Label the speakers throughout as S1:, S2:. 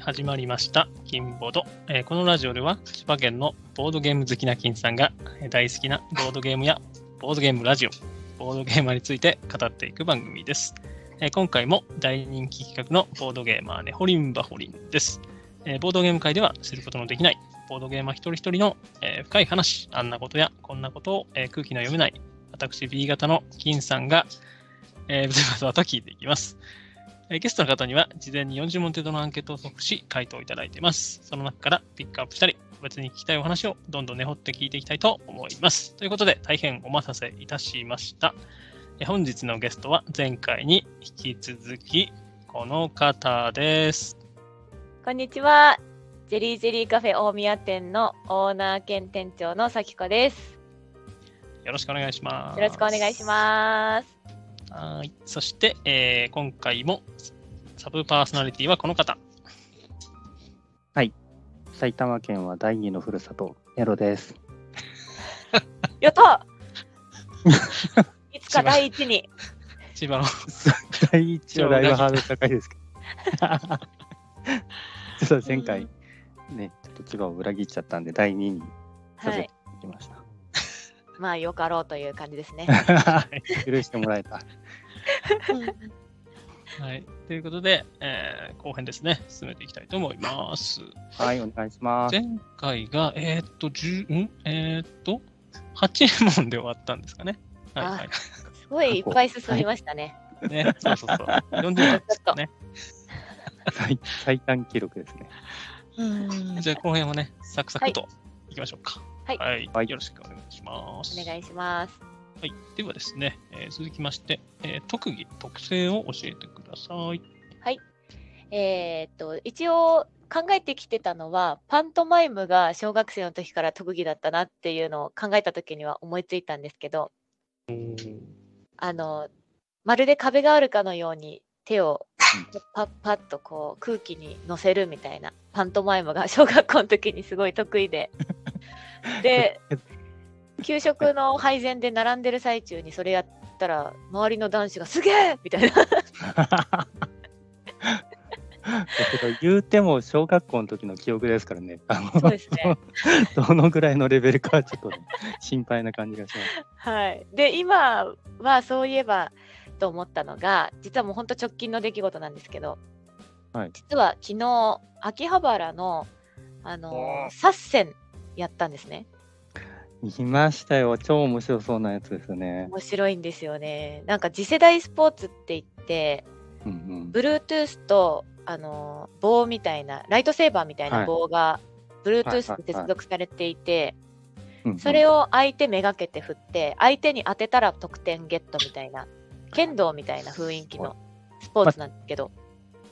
S1: 始まりました、金ボード、えーこのラジオでは、千葉県のボードゲーム好きな金さんが、えー大好きなボードゲームや、 ボードゲームラジオ、ボードゲーマーについて語っていく番組です。えー今回も大人気企画のボードゲーマーねほりんばほりんです、えーボードゲーム界では知ることのできない、ボードゲーマー一人一人の、えー深い話、あんなことやこんなことを、えー空気の読めない、私 B 型の金さんが、えー、ブツブツバタ聞いていきます。えーゲストの方には事前に40問程度のアンケートを送付し回答をいただいています。その中からピックアップしたり、別に聞きたいお話をどんどん根掘って聞いていきたいと思います。ということで、大変お待たせいたしました。えー本日のゲストは前回に引き続きこの方です。
S2: こんにちは。ジェリージェリーカフェ大宮店のオーナー兼店長のさきこです。
S1: よろしくお願いします。
S2: よろしくお願いします。
S1: す。はい。そして、えー今回もサブパーソナリティはこの方。
S3: 埼玉県は第二のふるさと、ネロです。
S2: やったいつか第一に。
S1: 千葉の
S3: 第一はだいぶハードル高いですけ ど。実は前回、ね、ちょっと千葉を裏切っちゃったんで、第二にさ
S2: は
S3: せ
S2: い
S3: て。いきました。
S2: まあ、よかろうという感じですね。
S3: 許してもらえた。
S1: はい、ということで、えー後編ですね、進めていきたいと思います。
S3: はい、お願いします。
S1: 前回が、えーっと、10んえーっと、8問で終わったんですかね。はいはい。
S2: すごいいっぱい進みましたね。
S1: ね、そうそうそう。40問ですかね。
S3: 最最短記録です ね。
S1: じゃあ後編はね、サクサクといきましょうか。
S2: はい
S3: はい
S1: よろしくお願いします。
S2: お願いします。
S1: はい、ではですね、えー続きまして、えー特技、特性を教えてください。
S2: えーっと、一応考えてきてたのは、パントマイムが小学生の時から特技だったなっていうのを考えた時には思いついたんですけど、あのまるで壁があるかのように手をパッパッとこう空気に乗せるみたいなパントマイムが小学校の時にすごい得意でで給食の配膳で並んでる最中にそれやったら周りの男子が「すげえ!」みたいな
S3: だけど言うても小学校の時の記憶ですからね、あ
S2: そう
S3: の
S2: ですね
S3: どのぐらいのレベルかはちょっとね、心配な感じがします。
S2: はい、で今はそういえばと思ったのが実はもうほんと直近の出来事なんですけど、
S3: はい
S2: 実は昨日秋葉原のあの
S1: おー
S2: サッセンやったんですね
S3: 見ましたよ、超面白そうなやつですよね。
S2: 面白いんですよねなんか次世代スポーツって言って
S3: うんうん、
S2: Bluetooth とあの棒みたいなライトセーバーみたい
S3: は
S2: ない棒が Bluetooth に
S3: はいはいは
S2: 接
S3: い
S2: 続されていて、
S3: うんうん
S2: それを相手めがけて振って相手に当てたら得点ゲットみたいな剣道みたいな雰囲気のスポーツなんですけど、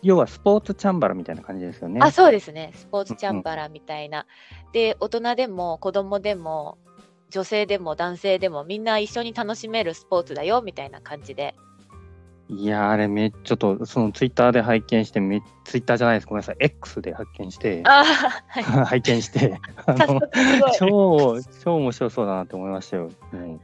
S3: 要はスポーツチャンバラみたいな感じですよね。
S2: あそうですねスポーツチャンバラみたいな、で大人でも子供でも女性でも男性でもみんな一緒に楽しめるスポーツだよみたいな感じで
S3: いやーあれめちょっとそのツイッターで拝見してめツイッターじゃないですごめんなさい X で発見して
S2: ああはい
S3: 拝見して あ
S2: 早速
S3: の
S2: す ごい
S3: 超超面白そうだなって思いましたよ。うん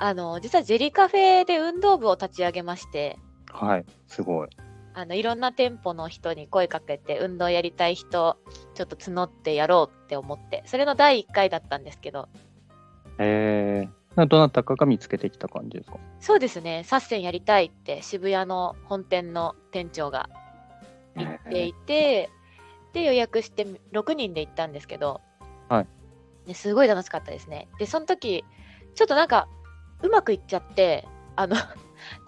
S2: あの実はジェリカフェで運動部を立ち上げまして
S3: はいすごい。
S2: あのいろんな店舗の人に声かけて運動やりたい人ちょっと募ってやろうって思ってそれの第1回だったんですけど
S3: えー、などなたかが見つけてきた感じですか。
S2: そうですねサッセンやりたいって渋谷の本店の店長が行っていて、で予約して6人で行ったんですけど、
S3: はい
S2: ですごい楽しかったですねでその時ちょっとなんかうまくいっちゃってあ の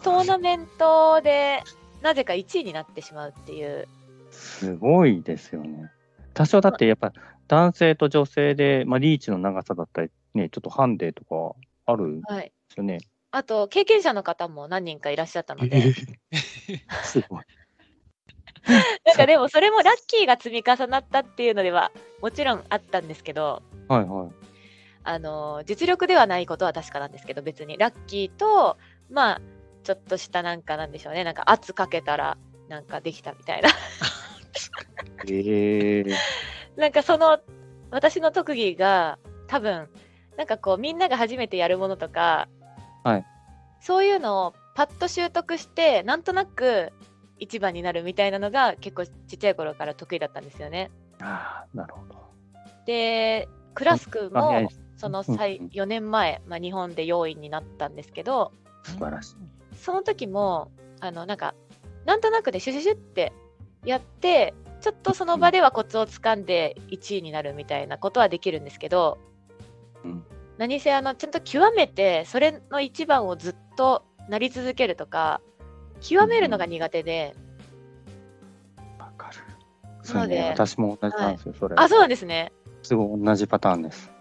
S2: トーナメントでなぜか1位になってしまうっていう
S3: すごいですよね。多少だってやっぱ男性と女性で、まあ、リーチの長さだったりねちょっとハンデとかあるんで
S2: はい
S3: すよね。
S2: あと経験者の方も何人かいらっしゃったので、
S3: すごい。
S2: なんかでもそれもラッキーが積み重なったっていうのではもちろんあったんですけど
S3: はいはい。
S2: あの実力ではないことは確かなんですけど別にラッキーとまあちょっとしたなんかなんでしょうねなんか圧かけたらなんかできたみたいな
S3: えー、
S2: なんかその私の特技が多分なんかこうみんなが初めてやるものとか、
S3: はい
S2: そういうのをパッと習得してなんとなく一番になるみたいなのが結構ちっちゃい頃から得意だったんですよね。
S3: ああ、なるほど。
S2: でクラスク
S3: あ早い
S2: も
S3: です
S2: その
S3: うんうん
S2: 4年前、まあ、日本で4位になったんですけど
S3: 素晴らしい。
S2: その時もあのなんかなんとなくでシュシュシュってやってちょっとその場ではコツをつかんで1位になるみたいなことはできるんですけど、
S3: うん
S2: 何せあのちゃんと極めてそれの一番をずっとなり続けるとか極めるのが苦手で、
S3: わかる。そう
S2: なの
S3: ね、
S2: で
S3: 私も同じなんですよ、それ。
S2: あそうなんですね
S3: すごい同じパターンです。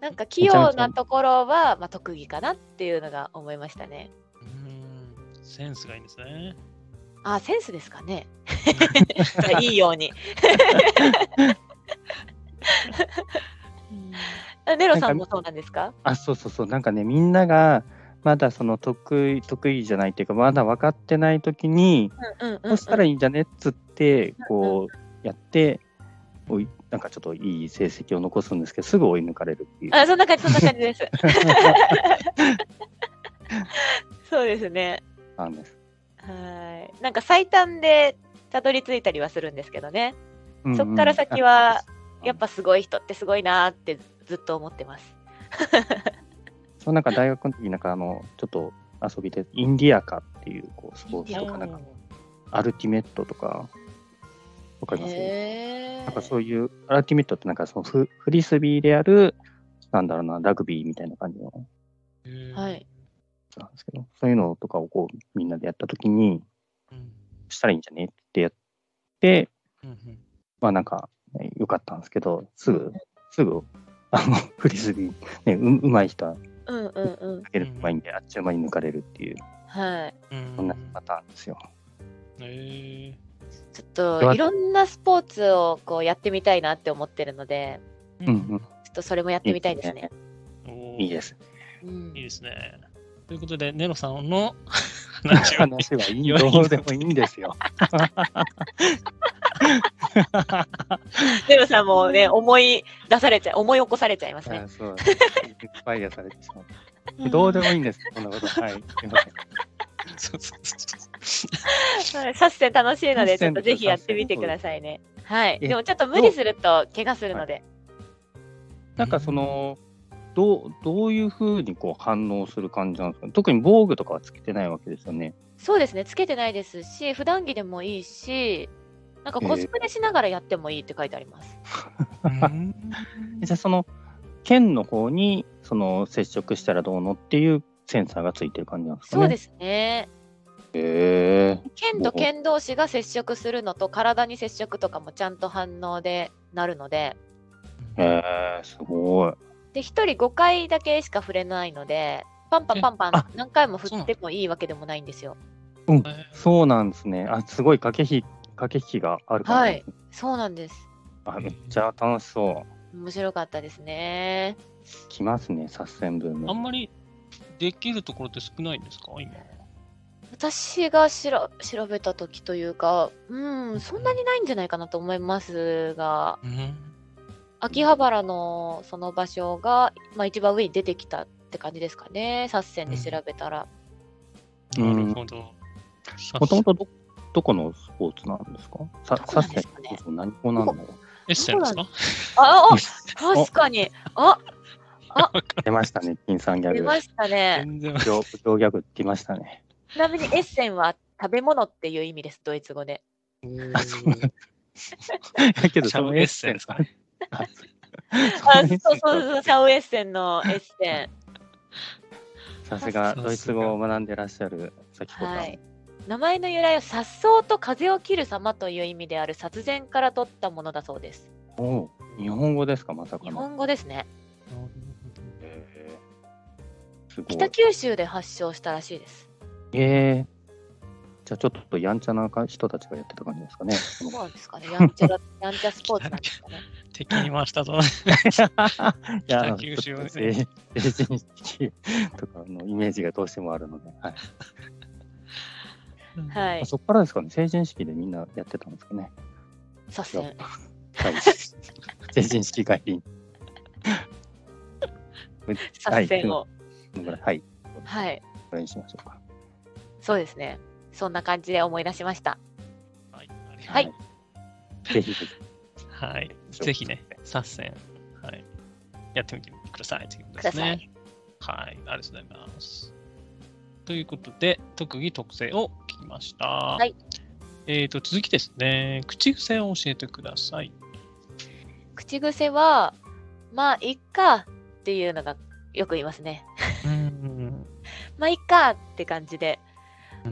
S2: なんか器用なところは、まあ、特技かなっていうのが思いましたね
S1: うんセンスがいいんですね。
S2: あセンスですか ねいいようにあネロさんもそうなんですか
S3: あ、そうそうそう、なんかね、みんなが、まだその得意、得意じゃないっていうか、まだ分かってないときに、
S2: うんうんう
S3: こ
S2: ん
S3: うしたらいいんじゃねっつって、こうやって、おいなんかちょっといい成績を残すんですけど、すぐ追い抜かれるっていう。
S2: あそんな感じそんな感じです そうですね
S3: なんです。
S2: はいなんか最短でたどり着いたりはするんですけどね
S3: うんうん
S2: そっから先は、
S3: あ
S2: やっぱすごい人ってすごいなーってずっと思ってます
S3: そうなんか大学の時なんかあのちょっと遊びでインディアカっていうこうスポーツとかなんかアルティメットとかわかります、
S2: へ
S3: なんかそういうアルティメットってなんかそのフフリスビーであるなんだろうなラグビーみたいな感じの
S1: うん
S2: はい。
S3: なんですけどそういうのとかをこうみんなでやった時に
S1: うん
S3: したらいいんじゃねってやって
S1: うんうん
S3: まあなんかね良かったんですけどすぐすぐあのフリスビー、ね、ううまい人は
S2: うんうんうん
S3: かけるうまいんであっちゅう間に抜かれるっていう
S2: はい
S1: うん
S3: そんなパターンですよ。
S1: え
S2: ちょっといろんなスポーツをこうやってみたいなって思ってるので
S1: ー
S3: うんうん
S2: ちょっとそれもやってみたいですね
S1: おー
S3: いいです。
S2: うん
S1: いいですね。ということで、ネロさん の話を
S3: 話はいいどうでもいいんですよ。
S2: ネロさんもね思い出されちゃ思い起こされちゃいますね
S3: あそう。インスパイアされてしまった。どうでもいいんです。こんなこと。はい。すみません。
S1: そうそうそう
S2: はいサッセン楽しいので、ちょっ
S3: サッセン
S2: と
S3: と
S2: ぜひやってみてくださいね。はい。
S3: え
S2: でもちょっと無理すると怪我するので。
S3: なんかそ、の、どうどういうふうにこう反応する感じなんですか特に防具とかはつけてないわけですよね。
S2: そうですね、つけてないですし、普段着でもいいし、なんか
S3: えー
S2: コスプレしながらやってもいいって書いてあります。
S1: うん
S3: じゃあその剣の方にその接触したらどうのっていうセンサーがついてる感じなんですかね。。
S2: そうですすね。
S3: へえ。
S2: 剣と剣同士が接触するのと、体に接触とかもちゃんと反応でなるので、
S3: へえ、すごい。
S2: で、1人5回だけしか触れないので、パンパンパンパ
S3: あ
S2: ン何回も振ってもいいわけでもないんですよ。
S3: そうなんですね。あ、すごい駆け引き駆け引きがある感じですね。
S2: そうなんです。
S3: あめっちゃ楽しそう。
S2: 面白かったですね。
S3: 来ますね、サッセンブーム。
S1: あんまりできるところって少ないんですか今。
S2: 私がしら調べた時というか、うん、そんなにないんじゃないかなと思いますが、
S1: うん
S2: 秋葉原のその場所が、まあ、一番上に出てきたって感じですかね、サッセンで調べたら。
S3: うん
S1: なるほど。
S3: もともとどどこのスポーツなんですかさ
S2: どこ
S3: サ
S2: なん
S3: ッ
S2: ですか
S3: セ
S2: ね
S3: ンって何語なんだろう
S1: エッセンですか
S2: ああ、
S3: お
S2: 確かに。あ、
S3: 出ましたね、金さんギャ
S2: 出
S3: グ。
S2: ましたね。
S1: 全然。
S3: 上上ギャグ来ました ね。
S2: ちなみにエッセンは食べ物っていう意味です、ドイツ語で。
S3: あそうなんだけど、
S1: シャウエッセンですかね。
S3: あそう
S2: あ、そうそうそう、シャウエッセンのエッセン。
S3: さすが、ドイツ語を学んでらっしゃる、さきこさん。
S2: はい名前の由来は、颯爽と風を切る様という意味である殺前から取ったものだそうです。
S3: おう日本語ですか、まさか
S2: 日
S3: の。
S2: 本語ですね。
S3: へーすご
S2: 北
S3: い。
S2: 九州で発祥したらしいです。
S3: えー、じゃあ、ちょっとやんちゃな人たちがやってた感じですかね。
S2: そうなんですか ね。やんちゃだ、やんちゃスポーツなんですかね。
S1: 敵に回したぞ。
S3: いや
S1: 北九州ね
S3: ちょっと成成人式とかのイメージがどうしてもあるので、はい
S2: は
S3: あ
S2: い。
S3: そこからですかね、成人式でみんなやってたんですかね。
S2: 左遷。
S3: はい、成人式帰りに。
S2: 左遷を。
S3: はい、
S2: はい。
S3: これにしましょうか。
S2: そうですね。そんな感じで思い出しました。
S1: はい。
S2: はい
S3: ぜひぜひ。
S1: はい。ぜひね、サッセン、はい、やってみてくださいということで
S2: くだ
S1: す
S2: さ
S1: ね。
S2: い。。
S1: はい。ありがとうございます。ということで、特技特性を聞きました。はいえーと、続きですね、口癖を教えてください。
S2: 口癖は、まあ、いっかっていうのがよく言いますね。
S1: うん。
S2: まあ、いっかって感じで。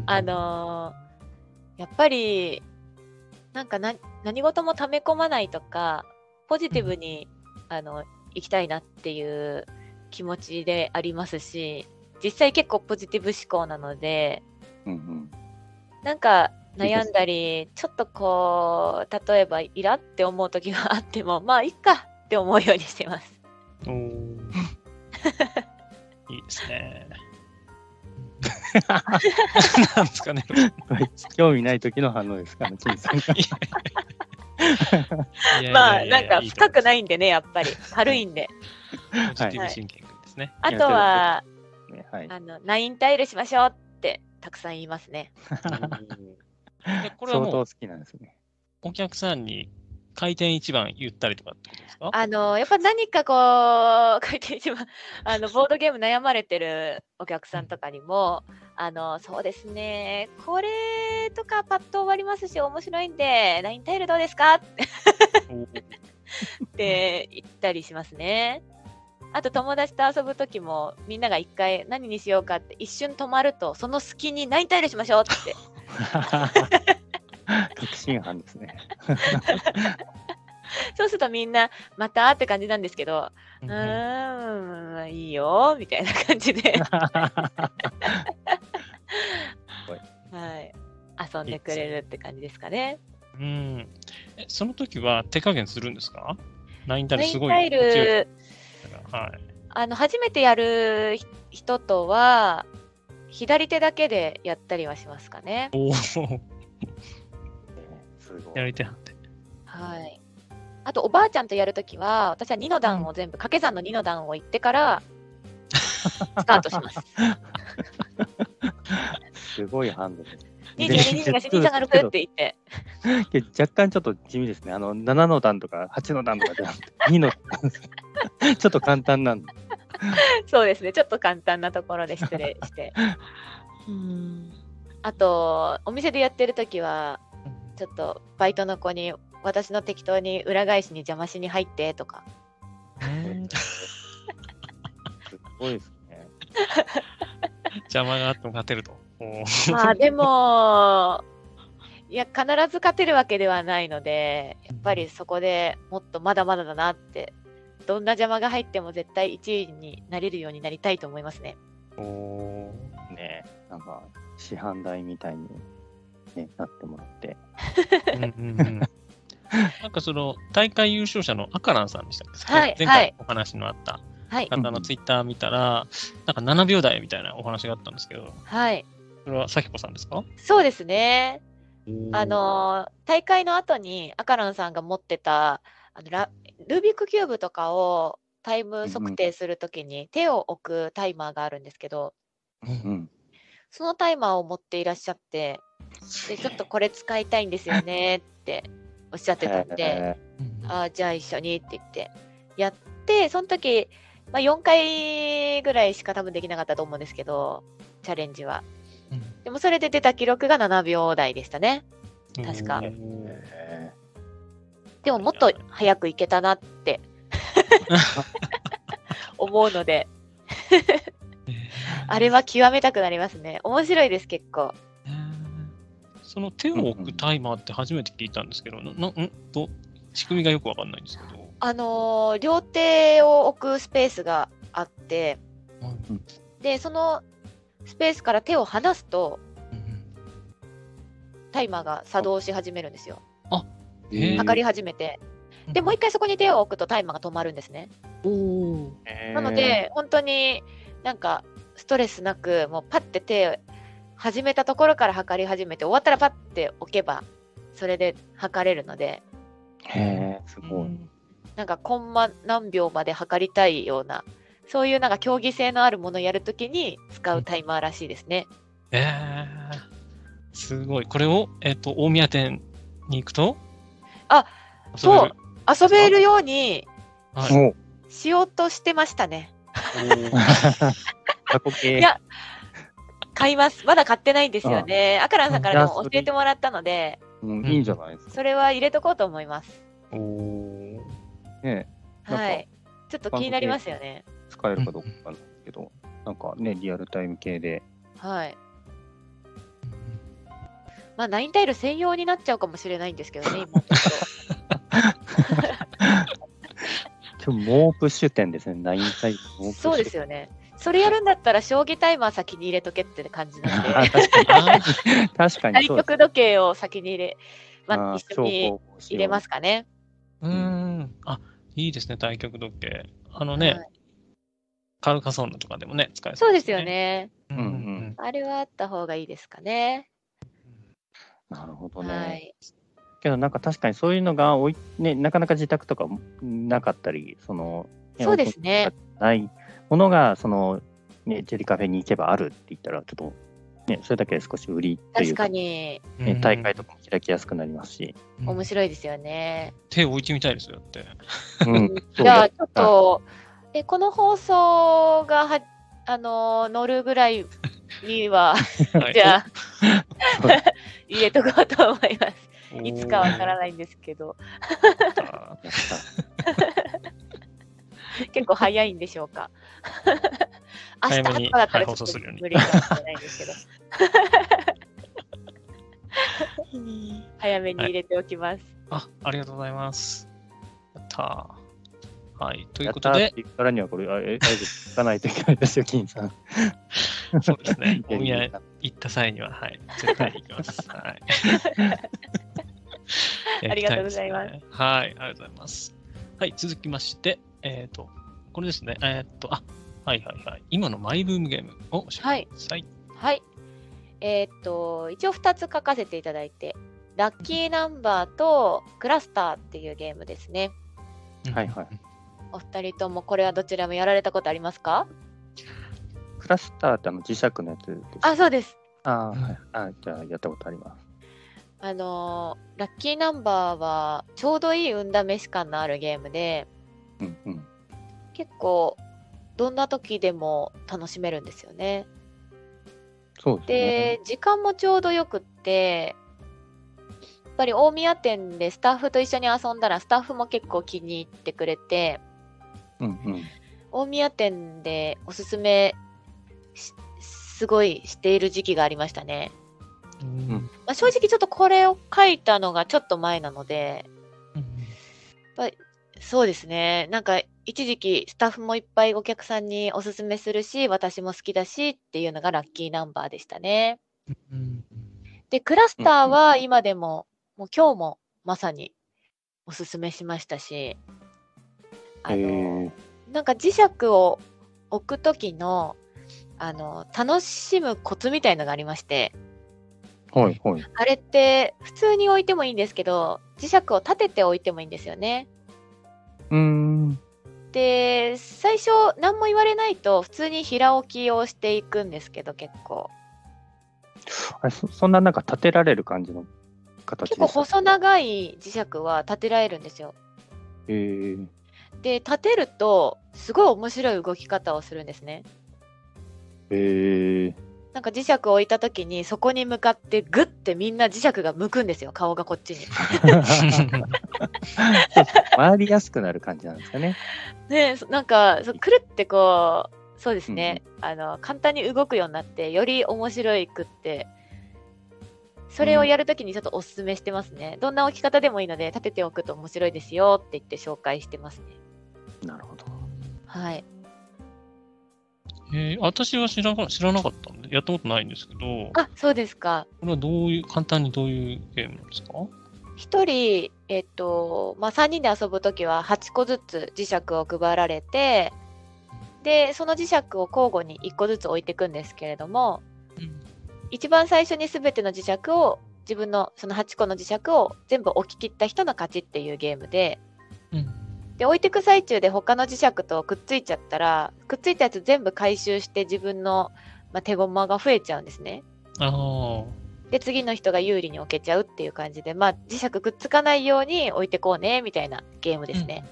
S2: あ、のーやっぱりなんかな何事も溜め込まないとかポジティブに、あの行きたいなっていう気持ちでありますし実際結構ポジティブ思考なので
S3: うんうん。
S2: なんか
S3: いいです
S2: 悩んだりちょっとこう例えばイラって思う時があっても まあいっかって思うようにしてます。
S1: お ーいいですね。なんですかね。
S3: はい興味ない時の反応ですかね、陳さんが。
S2: まあなんか深くないいんでねやっぱり軽いん で。
S1: やいやいや。ポジティブ
S2: はい
S1: シンキングですね。
S2: あとは
S3: ねはい。
S2: あのナインタイルしましょうってたくさん言いますね。
S1: でこれは
S3: 相当
S1: もう
S3: 好きなんですね。
S1: お客さんに回転一番言ったりとかってことですか
S2: あのやっぱ何かこう 書いて一番あのボードゲーム悩まれてるお客さんとかにもあのそうですねこれとかパッと終わりますし面白いんで LINE タイルどうですかっ
S1: おー
S2: て言ったりしますね。あと友達と遊ぶ時もみんなが一回何にしようかって一瞬止まるとその隙に LINE タイルしましょうって
S3: 確信犯ですね。
S2: そうするとみんなまたって感じなんですけど
S1: う
S2: う
S1: ん うん
S2: ーんいいよみたいな感じで。はい、遊んでくれるって感じですかね。
S1: うんえその時は手加減するんですかナインタイル
S2: メイ
S1: す
S2: ン
S1: ごい
S2: タイ
S1: 強い
S2: ル、
S1: から。はい。
S2: あの初めてやるひ人とは左手だけでやったりはしますかね。
S1: おー
S3: すご
S1: や
S3: い。
S1: り手なんて。
S2: はい。あとおばあちゃんとやるときは私は2の段を全部掛け算の2の段を言ってからスタートします。
S3: すごいハンドル。
S2: 22、28、23、6って言って。
S3: けど若干ちょっと地味ですね。あの、7の段とか8の段とかじゃなくて、2の段。 ちょっと簡単なんで。
S2: そうですね、ちょっと簡単なところで 失礼して。あと、お店でやってる時は、ちょっとバイトの子に、私の適当に裏返しに邪魔しに入ってと か、
S1: うん
S3: すごいですね。
S1: 邪魔があっても勝てると。おー
S2: まあでも、いや、必ず勝てるわけではないので、やっぱりそこでもっとまだまだだなって、どんな邪魔が入っても絶対1位になれるようになりたいと思いますね。
S1: お
S3: ねなんか、市販代みたいに、ね、なってもらって。
S1: ーうんうんうんなんかその大会優勝者のアカランさんでしたっけ
S2: はい
S1: 前
S2: はい
S1: 回お話のあった
S2: はい、
S1: 方のツイッター見たら、なんか7秒台みたいなお話があったんですけど、
S2: はい、
S1: それは咲子さんですか
S2: そうですね。あのー大会の後に赤蘭さんが持ってたあのラルービックキューブとかをタイム測定するときに手を置くタイマーがあるんですけど、
S3: うん。
S2: そのタイマーを持っていらっしゃってでちょっとこれ使いたいんですよねっておっしゃってたんで、
S3: え
S2: あーじゃあ一緒にって言ってやってその時、まあ、4回ぐらいしか多分できなかったと思うんですけどチャレンジはでもそれで出た記録が7秒台でしたね確か
S1: うん
S3: ー
S2: でももっと早く行けたなって思うので、 あれは極めたくなりますね。面白いです、結構。
S1: その手を置くタイマーって初めて聞いたんですけど、ななんと仕組みがよくわかんないんですけど、
S2: あのー両手を置くスペースがあって、で、そのスペースから手を離すと、タイマーが作動し始めるんですよ。
S1: へー
S2: 測り始めて。で、もう一回そこに手を置くとタイマーが止まるんですね。なの、で、本当になんかストレスなく、もうパッて手を始めたところから測り始めて、終わったらパッて置けば、それで測れるので、
S3: へえ、すごい。
S2: なんかコンマ何秒まで測りたいような、そういうなんか競技性のあるものをやるときに使うタイマーらしいですね。
S1: えーすごい。これを、えっ、と、大宮店に行くと、
S2: あ
S1: 遊べる、
S2: 遊べるように
S1: はい、
S3: もう、
S2: しようとしてましたね。
S3: 過去
S2: い
S3: 形。
S2: や、買います。まだ買ってないんですよね。あからさんから
S3: いや
S2: も
S3: そ
S2: 教
S3: れ
S2: えてもらったので、
S3: うん、いいんじゃないですか。
S2: それは入れとこうと思います。
S1: おー
S3: ねなんか
S2: はい。ちょっと気になりますよね。
S3: 使えるかどうかわかんないですけど、なんかね、リアルタイム系で。
S2: はい。まあ、ナインタイル専用になっちゃうかもしれないんですけ どね、今のとこ
S3: 今日、猛プッシュ点ですね。ナインタイム猛プッ
S2: ろ。
S3: シュ。
S2: そうですよね。それやるんだったら、将棋タイマー先に入れとけって感じなんで、
S3: あ確かに。
S1: あー
S3: 確かに
S2: 対
S3: そうで
S2: 局時計を先に入れ、
S3: す。
S2: まあ、
S3: ー
S2: 一緒に入れます。かね。
S1: うーん。あ、いいですね、対局時計。あのね、
S2: はい
S1: カルカソンヌとかでもね、使え
S2: そうですよ。ね。
S1: うん
S3: うん
S2: あれはあった方がいいですかね。
S3: なるほどね。
S2: はい。
S3: けどなんか確かにそういうのがおい、ね、なかなか自宅とかもなかったり、その、ね
S2: そうですね。
S3: ないものが、その、ね、ジェリカフェに行けばあるって言ったら、ちょっと、ね、それだけで少し売りとい
S2: 確
S3: うか、
S2: かに、
S3: ね大会とかも開きやすくなりますし。
S1: うん
S2: 面白いですよね。
S1: 手を置いてみたいですよ、だって。
S3: うん
S2: じゃあ、ちょっと、えこの放送がは、あのー乗るぐらいには、
S1: はい
S2: じゃあ、 入れとこうと思います。
S1: お
S2: いつかわからないんですけど、
S1: あ
S3: やった
S2: 結構早いんでしょ うか。明
S1: 早
S2: 日
S1: めに
S2: とかだった
S1: は
S2: ら
S1: い
S2: ち
S1: 放送
S2: ょっと
S1: するように
S2: 無理かもしれないんですけど、
S1: ー
S2: 早めに入れておきます。
S1: あ、ありがとうございます。やったー。はい、という
S3: やっ
S1: こ
S3: た
S1: と
S3: ーっ
S1: で
S3: て、言ったからには、これ、あえ、あえて聞かないといけないですよ、金さん。、
S1: そうですね お見合い行った際には、はい、絶対に行き ます。はい。
S2: ありがとうございます
S1: 行きたですねはい、ありがとうございます。はい、続きまして、えっ、と、これですね、えっ、と、あ、はいはいはい、今のマイブームゲームを教えてください。
S2: はい。えーっと、一応2つ書かせていただいて、ラッキーナンバーとクラスターっていうゲームですね。
S1: うん
S3: はいはい。
S2: お二人ともこれはどちらもやられたことありますか
S3: クラスターってあの磁石のやつです。
S2: あ、そうです。
S3: あー、はい。あー、じゃあ、やったことあります。
S2: あのーラッキーナンバーはちょうどいい運試し感のあるゲームで、
S3: うんうん。
S2: 結構どんな時でも楽しめるんですよね。
S3: そうですね。
S2: で、時間もちょうどよくって、やっぱり大宮店でスタッフと一緒に遊んだらスタッフも結構気に入ってくれて、
S3: うんうん。
S2: 大宮店でおすすめしすごいしている時期がありましたね、
S1: うん
S2: まあ、正直ちょっとこれを書いたのがちょっと前なのでそうですねなんか一時期スタッフもいっぱいお客さんにおすすめするし私も好きだしっていうのがラッキーナンバーでしたね
S1: うん
S2: でクラスター
S3: うん
S2: は
S3: うん
S2: 今でももう今日もまさにおすすめしましたしあ
S3: え
S2: の、
S3: ー、
S2: なんか磁石を置く時のあの楽しむコツみたいのがありまして
S3: はいはい。
S2: あれって普通に置いてもいいんですけど磁石を立てて置いてもいいんですよね。
S3: うーん。
S2: で最初何も言われないと普通に平置きをしていくんですけど結構
S3: あれそそんななんか立てられる感じの形で
S2: 結構
S3: した
S2: 細長い磁石は立てられるんですよ。
S3: えー、
S2: で立てるとすごい面白い動き方をするんですね。
S3: えー、
S2: なんか磁石を置いた時にそこに向かってグッてみんな磁石が向くんですよ顔がこっちに。
S3: 回りやすくなる感じなんですかね。
S2: ねそなんかそうくるってこうそうですね、あの簡単に動くようになってより面白いくってそれをやるときにちょっとおすすめしてますね、どんな置き方でもいいので立てておくと面白いですよって言って紹介してますね
S3: なるほど。
S2: はい
S1: えー私は知らな知らなかったんで、やったことないんですけど、こ
S2: あそうですか
S1: れはどういう、簡単にどういうゲームなんですか
S2: 1人えっとまあ3人で遊ぶときは8個ずつ磁石を配られてでその磁石を交互に1個ずつ置いていくんですけれども、一番最初に全ての磁石を自分のその8個の磁石を全部置き切った人の勝ちっていうゲームでで置いてく最中で他の磁石とくっついちゃったらくっついたやつ全部回収して自分の、まあ手駒が増えちゃうんですね。
S1: ああ、
S2: で次の人が有利に置けちゃうっていう感じで、まあ、磁石くっつかないように置いてこうねみたいなゲームですね。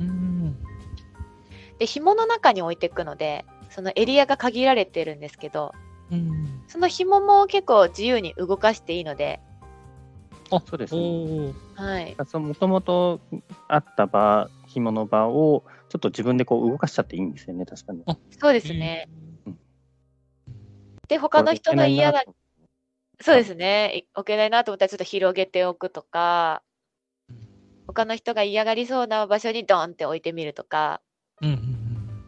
S1: うん。
S2: で紐の中に置いていくのでそのエリアが限られてるんですけど
S1: うん。
S2: その紐も結構自由に動かしていいので、
S1: あ、
S3: そうですね
S1: おお。
S2: はい、
S3: もともとあった場、紐の場を、ちょっと自分でこう動かしちゃっていいんですよね、確かに。
S2: そうで
S1: です
S2: ね。。
S3: うん
S2: で他の人の嫌な
S3: これいけい
S2: そうですね。い置けないなと思ったらちょっと広げておくとか
S1: うん、
S2: 他の人が嫌がりそうな場所にドンって置いてみるとか、
S1: うんうん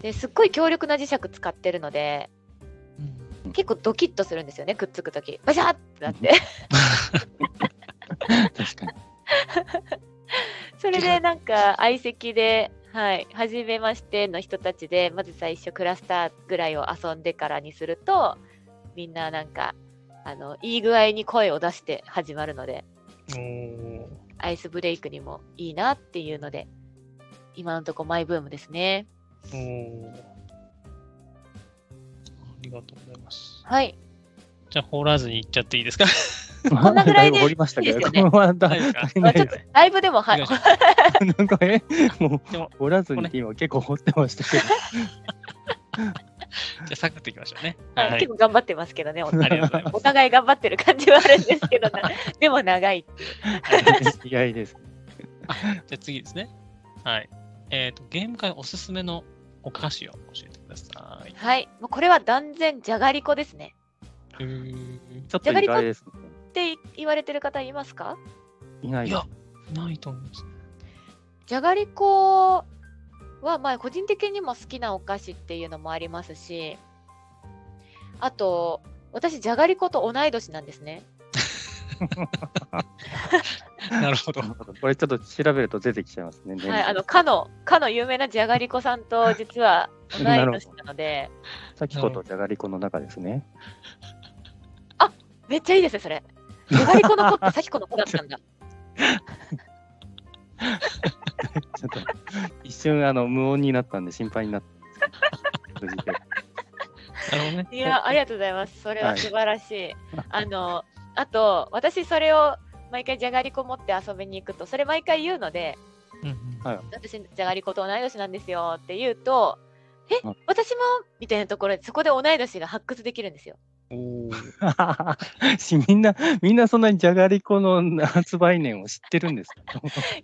S2: ですっごい強力な磁石使ってるので、
S1: うんうん。
S2: 結構ドキッとするんですよね、くっつくとき。バシャーってなって。
S3: なと確かに。
S2: それでなんか相席で、はい、初めましての人たちで、まず最初クラスターぐらいを遊んでからにすると、みんななんか、あの、いい具合に声を出して始まるので、
S1: おお。
S2: アイスブレイクにもいいなっていうので、今のとこマイブームですね。
S1: おお。ありがとうございます。
S2: はい。
S1: じゃあ、掘らずに行っちゃっていいですか
S2: こんなぐらいで
S3: だぶ掘りましたけ
S2: いい
S3: ど、
S2: ですよ
S3: こ
S2: ね
S3: のままだ
S1: 大丈夫ですか
S3: 足りない
S2: ちょっとライブでも、は い
S1: お願いし。ま
S3: なんかえも
S1: でも
S3: う掘らずに今結構掘ってましたけど、
S1: じゃあ、サクッといきましょうね。
S2: はい結構頑張ってますけどね、お
S1: あ
S2: 互い
S1: りがとうございます
S2: お互い頑張ってる感じはあるんですけどな、でも長い。
S3: 意外です。
S1: じゃあ次ですね。はい。えっ、と、ゲーム会おすすめのお菓子を教えてください。
S2: はい、もうこれは断然じゃがりこですね。
S1: うーん
S3: ちょっと意外です、ね。
S2: ってい言われてる方いますか
S3: 意外
S1: いや、ないと思うんです。
S2: じゃがりこは、まあ、個人的にも好きなお菓子っていうのもありますし、あと、私、じゃがりこと同い年なんですね。
S1: なるほど。
S3: これちょっと調べると出てきちゃいますね。
S2: はい、あの、かの、かの有名なじゃがりこさんと、実は同い年なので、
S3: さっきことじゃがりこの中ですね。
S2: めっちゃいいですね、それ。じゃがりこの子って、さ きこの子だったんだ。
S3: ちょっと一瞬あの無音になったんで心配になったんですけど。
S1: なるほどね。
S2: い や、ありがとうございます。それは
S3: はい
S2: 素晴らしい。あの、あと、私、それを毎回じゃがりこ持って遊びに行くと、それ毎回言うので、
S1: うんうん
S3: はい
S2: 私、じゃがりこと同い年なんですよって言うと、え
S3: うん、無
S2: 私もみたいなところで、そこで同い年が発掘できるんですよ。
S1: おー
S3: し みんな、みんなそんなにじゃがりこの発売年を知ってるんですか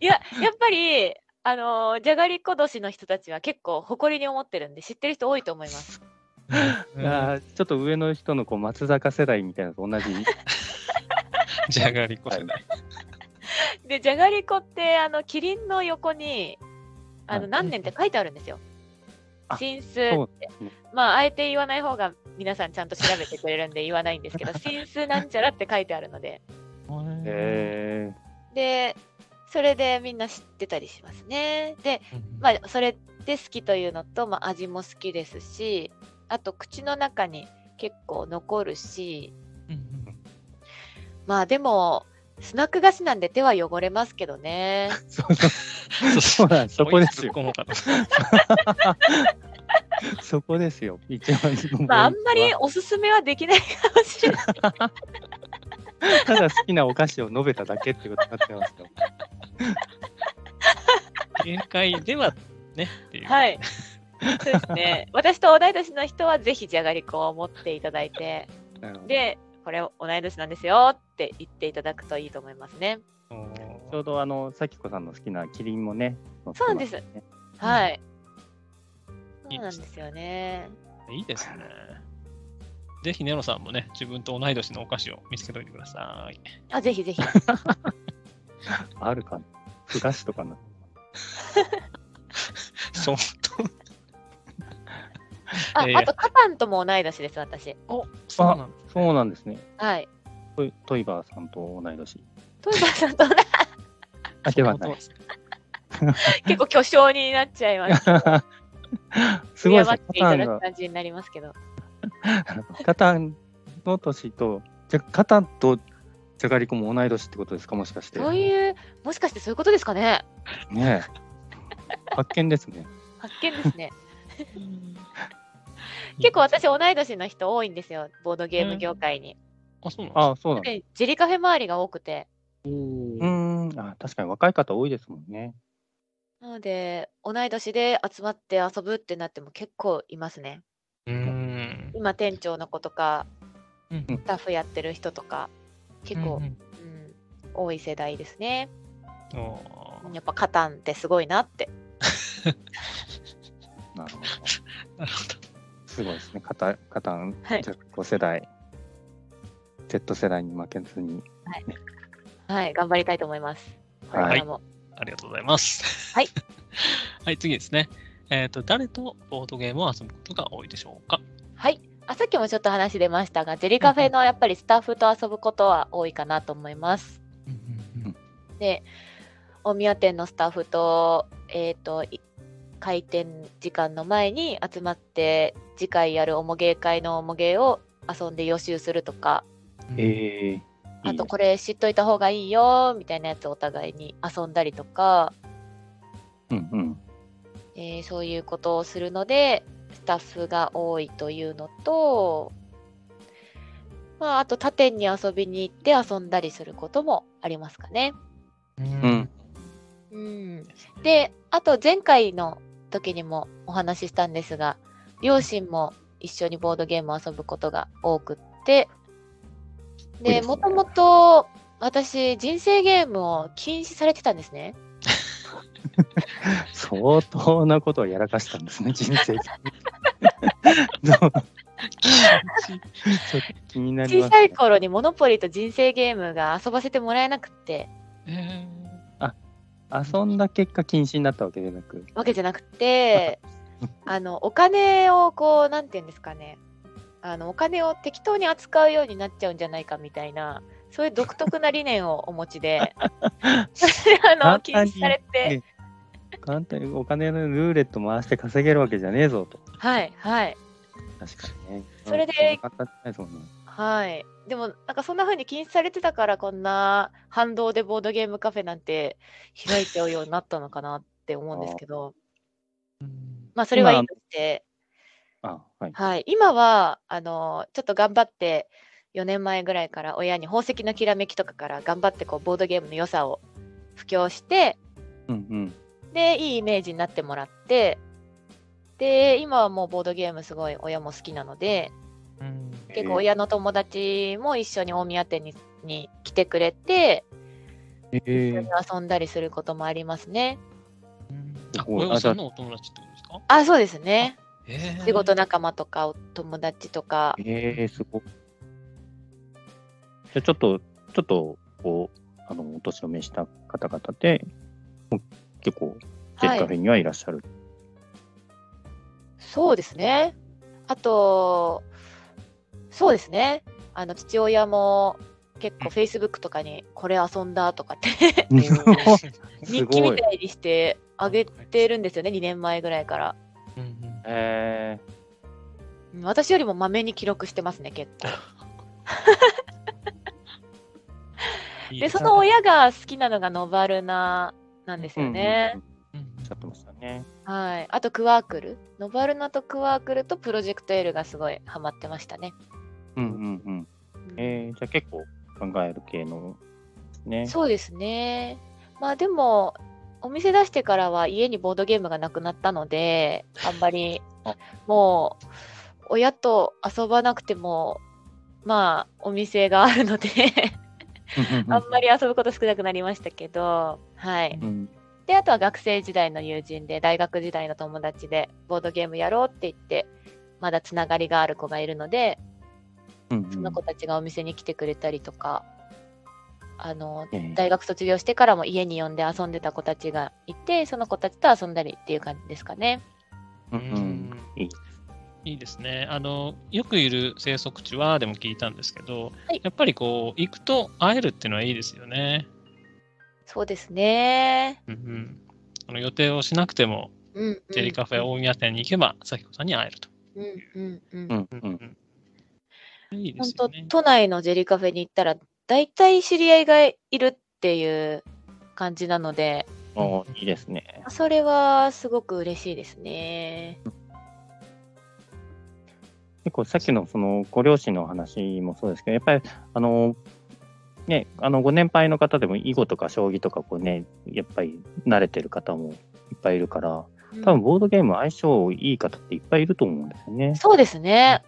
S2: いや、やっぱり、あの、じゃがりこ年の人たちは結構誇りに思ってるんで、知ってる人多いと思います。
S3: あーちょっと上の人のこう松坂世代みたいなのと同じ。
S1: じゃがりこ 世代。
S2: で、じゃがりこって、あの、キリンの横に、あ
S3: は
S2: の、
S3: い
S2: 何年って書いてあるんですよ。
S3: あ
S2: 進数
S3: そう
S2: って。まあ、あえて言わない方が皆さんちゃんと調べてくれるんで言わないんです けど、進数なんちゃらって書いてあるので。
S1: え
S3: え
S2: で、それでみんな知ってたりしますね。で、
S1: ー
S2: まあ、それで好きというのと、まあ、味も好きですし、あと、口の中に結構残るし、
S1: うんうん
S2: まあ、でも、スナック菓子なんで手は汚れますけどね。
S3: ー、そうそう
S1: そう
S3: そうなんですそこです
S1: 突っ
S3: よ。
S1: 込もうかと
S3: そこですよ。一番 のポイントは
S2: まあ、あんまりおすすめはできないかもしれない。
S3: ただ好きなお菓子を述べただけってことになってます よ。
S1: ゲーム会ではねっていう。
S2: はい。そうですね。私と同い年の人はぜひじゃがりこを持っていただいて、
S3: なるほど
S2: で、これ同い年なんですよって言っていただくといいと思いますね。
S1: おー
S3: ちょうどあの、咲子さんの好きなキリンもね、載って
S2: そうなん
S3: ま
S2: ですす
S3: ね。
S2: はい。
S1: いい
S2: そ
S1: うで
S2: なん
S1: すね
S2: ですよね。
S1: いいですね。ぜひネロさんもね、自分と同い年のお菓子を見つけておいてください。
S2: あ、ぜひぜひ。
S3: あるかな。ふ菓子とかな。
S1: そう。
S2: あ
S1: いやいや
S2: あと、カタンとも同い年です、私。
S1: おそうなんだ
S3: そうなんですね。
S2: はい。
S3: トイトイバーさんと同い年。
S2: トイバさんと同い
S3: あ、ではない。
S2: 結構巨匠になっちゃいます。
S3: すごいです
S2: 敬っ
S3: ね。
S2: ていた
S3: カタン
S2: だく
S3: が、
S2: 感じになりますけど。
S3: カタンの年と、じゃカタンとじゃがりこも同い年ってことですか、もしかして。
S2: そういう、もしかしてそういうことですかね。
S3: ねえ。発見ですね。
S2: 発見ですね。
S1: うん
S2: 結構私同い年の人多いんですよボードゲーム業界に、
S1: あ、そうなの
S3: ああ、そうなんだ。
S2: でジェリカフェ周りが多くて、
S3: うーん。あ確かに若い方多いですもんね。
S2: なので、同い年で集まって遊ぶってなっても結構いますね。
S1: うーん。
S2: 今、店長の子とか、
S1: うん
S2: スタッフやってる人とか、結
S1: う
S2: 構、うん
S1: ん
S2: 多い世代ですね。
S1: うんおー
S2: やっぱ、カタンってすごいなって。
S3: なるほど。
S1: なるほど。
S3: すごいですね。カタカタン、
S2: はい
S3: ジャッコ世代、Z 世代に負けずに。
S2: はい、頑張りたいと思います。これからも。
S1: ありがとうございます。
S2: はい。
S1: はい、次ですね。えっ、と、誰とボードゲームを遊ぶことが多いでしょうか
S2: はい。あさっきもちょっと話出ましたが、ジェリカフェのやっぱりスタッフと遊ぶことは多いかなと思います。
S3: うん
S2: で、大宮店のスタッフと、えっ、と、い開店時間の前に集まって、次回やるおもげ会のおもげを遊んで予習するとか、
S3: ええ
S2: あとこれ知っといた方がいいよ、みたいなやつをお互いに遊んだりとか、
S3: うんうん。
S2: えーそういうことをするのでスタッフが多いというのと、まあ、あと他店に遊びに行って遊んだりすることもありますかね。
S1: う
S3: うんん。
S2: うん、であと前回の時にもお話ししたんですが両親も一緒にボードゲームを遊ぶことが多くって
S3: いいで
S2: です
S3: ね
S2: もともと私人生ゲームを禁止されてたんですね。
S3: 相当なことをやらかしたんですね、人 生。どう ちょっと気になりま
S2: 小
S3: す、ね。
S2: さい頃にモノポリと人生ゲームが遊ばせてもらえなくって
S1: え
S3: 遊んだ結果禁止になったわけでなく。
S2: わけじゃなく てあのお金をこうなんて言うんですかねあのお金を適当に扱うようになっちゃうんじゃないかみたいなそういう独特な理念をお持ち であの
S3: 簡
S2: 禁
S3: 単に
S2: 止されて
S3: ね簡単にお金のルーレット回して稼げるわけじゃねえぞと。
S2: はいはい
S3: 確かにね。
S2: それで
S3: 簡単じゃないですもんね。
S2: はいでもなんかそんな風に禁止されてたからこんな反動でボードゲームカフェなんて開いちゃうようになったのかなって思うんですけどまあそれはいいとして。
S3: あ、はい。
S2: はい、今はあのちょっと頑張って4年前ぐらいから親に宝石のきらめきとかから頑張ってこうボードゲームの良さを布教して
S3: うんうん。
S2: でいいイメージになってもらってで今はもうボードゲームすごい親も好きなので
S1: うん
S2: 結構親の友達も一緒に大宮店にに来てくれて
S3: え
S2: 一緒
S3: え
S2: に遊んだりすることもありますね。
S1: あ、
S3: すごい
S1: 親御さんのお友達ってことですか
S2: あそうですね
S1: ええ
S2: 仕事仲間とかお友達とか
S3: ええすごい。じゃあちょっと、ちょっと、こう、あの、お年を召した方々で、もう結構、ジェ
S2: は
S3: リ
S2: い
S3: カフェにはいらっしゃる。
S2: そうですね。あと、そうですね。あの父親も結構 Facebook とかにこれ遊んだとかって
S3: す
S2: 日
S3: ご
S2: 記
S3: い
S2: みたいにしてあげてるんですよね、2年前ぐらいから。
S1: うんうん
S3: え
S2: うん私よりもまめに記録してますね、結構。
S1: いい
S2: で、
S1: す
S2: そ
S1: ね
S2: の親が好きなのがノバルナなんですよね。
S1: うん
S3: おっしゃってましたね。
S2: はい。あとクワークル。ノバルナとクワークルとプロジェクト L がすごいハマってましたね。
S3: うんうんうん。
S2: うん
S3: ええじゃあ結構考える系のですね。
S2: そうですね。まあでも、お店出してからは家にボードゲームがなくなったので、あんまり
S3: あ
S2: もう、親と遊ばなくても、まあ、お店があるのであんまり遊ぶこと少なくなりましたけど、はい。
S3: うん。
S2: で、あとは学生時代の友人で、大学時代の友達で、ボードゲームやろうって言って、まだつながりがある子がいるので、
S3: うん
S2: その子たちがお店に来てくれたりとか、あの、
S3: ええ
S2: 大学卒業してからも家に呼んで遊んでた子たちがいてその子たちと遊んだりっていう感じですかね。
S3: う
S1: うん
S3: うん
S1: ん
S3: いい
S1: いいですね。あの、よくいる生息地はでも聞いたんですけど、
S2: はい
S1: やっぱりこう、行くと会えるっていうのはいいですよね。
S2: そうですね。
S1: うんうん。あの予定をしなくても、
S2: うん、うん。
S1: ジェリカフェ大宮店に行けば、咲子さんに会えると。
S2: うんうんうん。
S3: うん
S1: うん
S3: う。
S1: うんんいいで
S2: 本
S1: す
S2: 当、
S1: よね。
S2: 都内のジェリカフェに行ったら大体知り合いがいるっていう感じなので
S3: おーいいですね。
S2: それはすごく嬉しいですね。
S3: 結構さっきのそのご両親の話もそうですけど、やっぱりあの、ね、あのご年配の方でも囲碁とか将棋とかこう、ね、やっぱり慣れてる方もいっぱいいるから、多分ボードゲーム相性いい方っていっぱいいると思うんですよね。
S2: そうですね。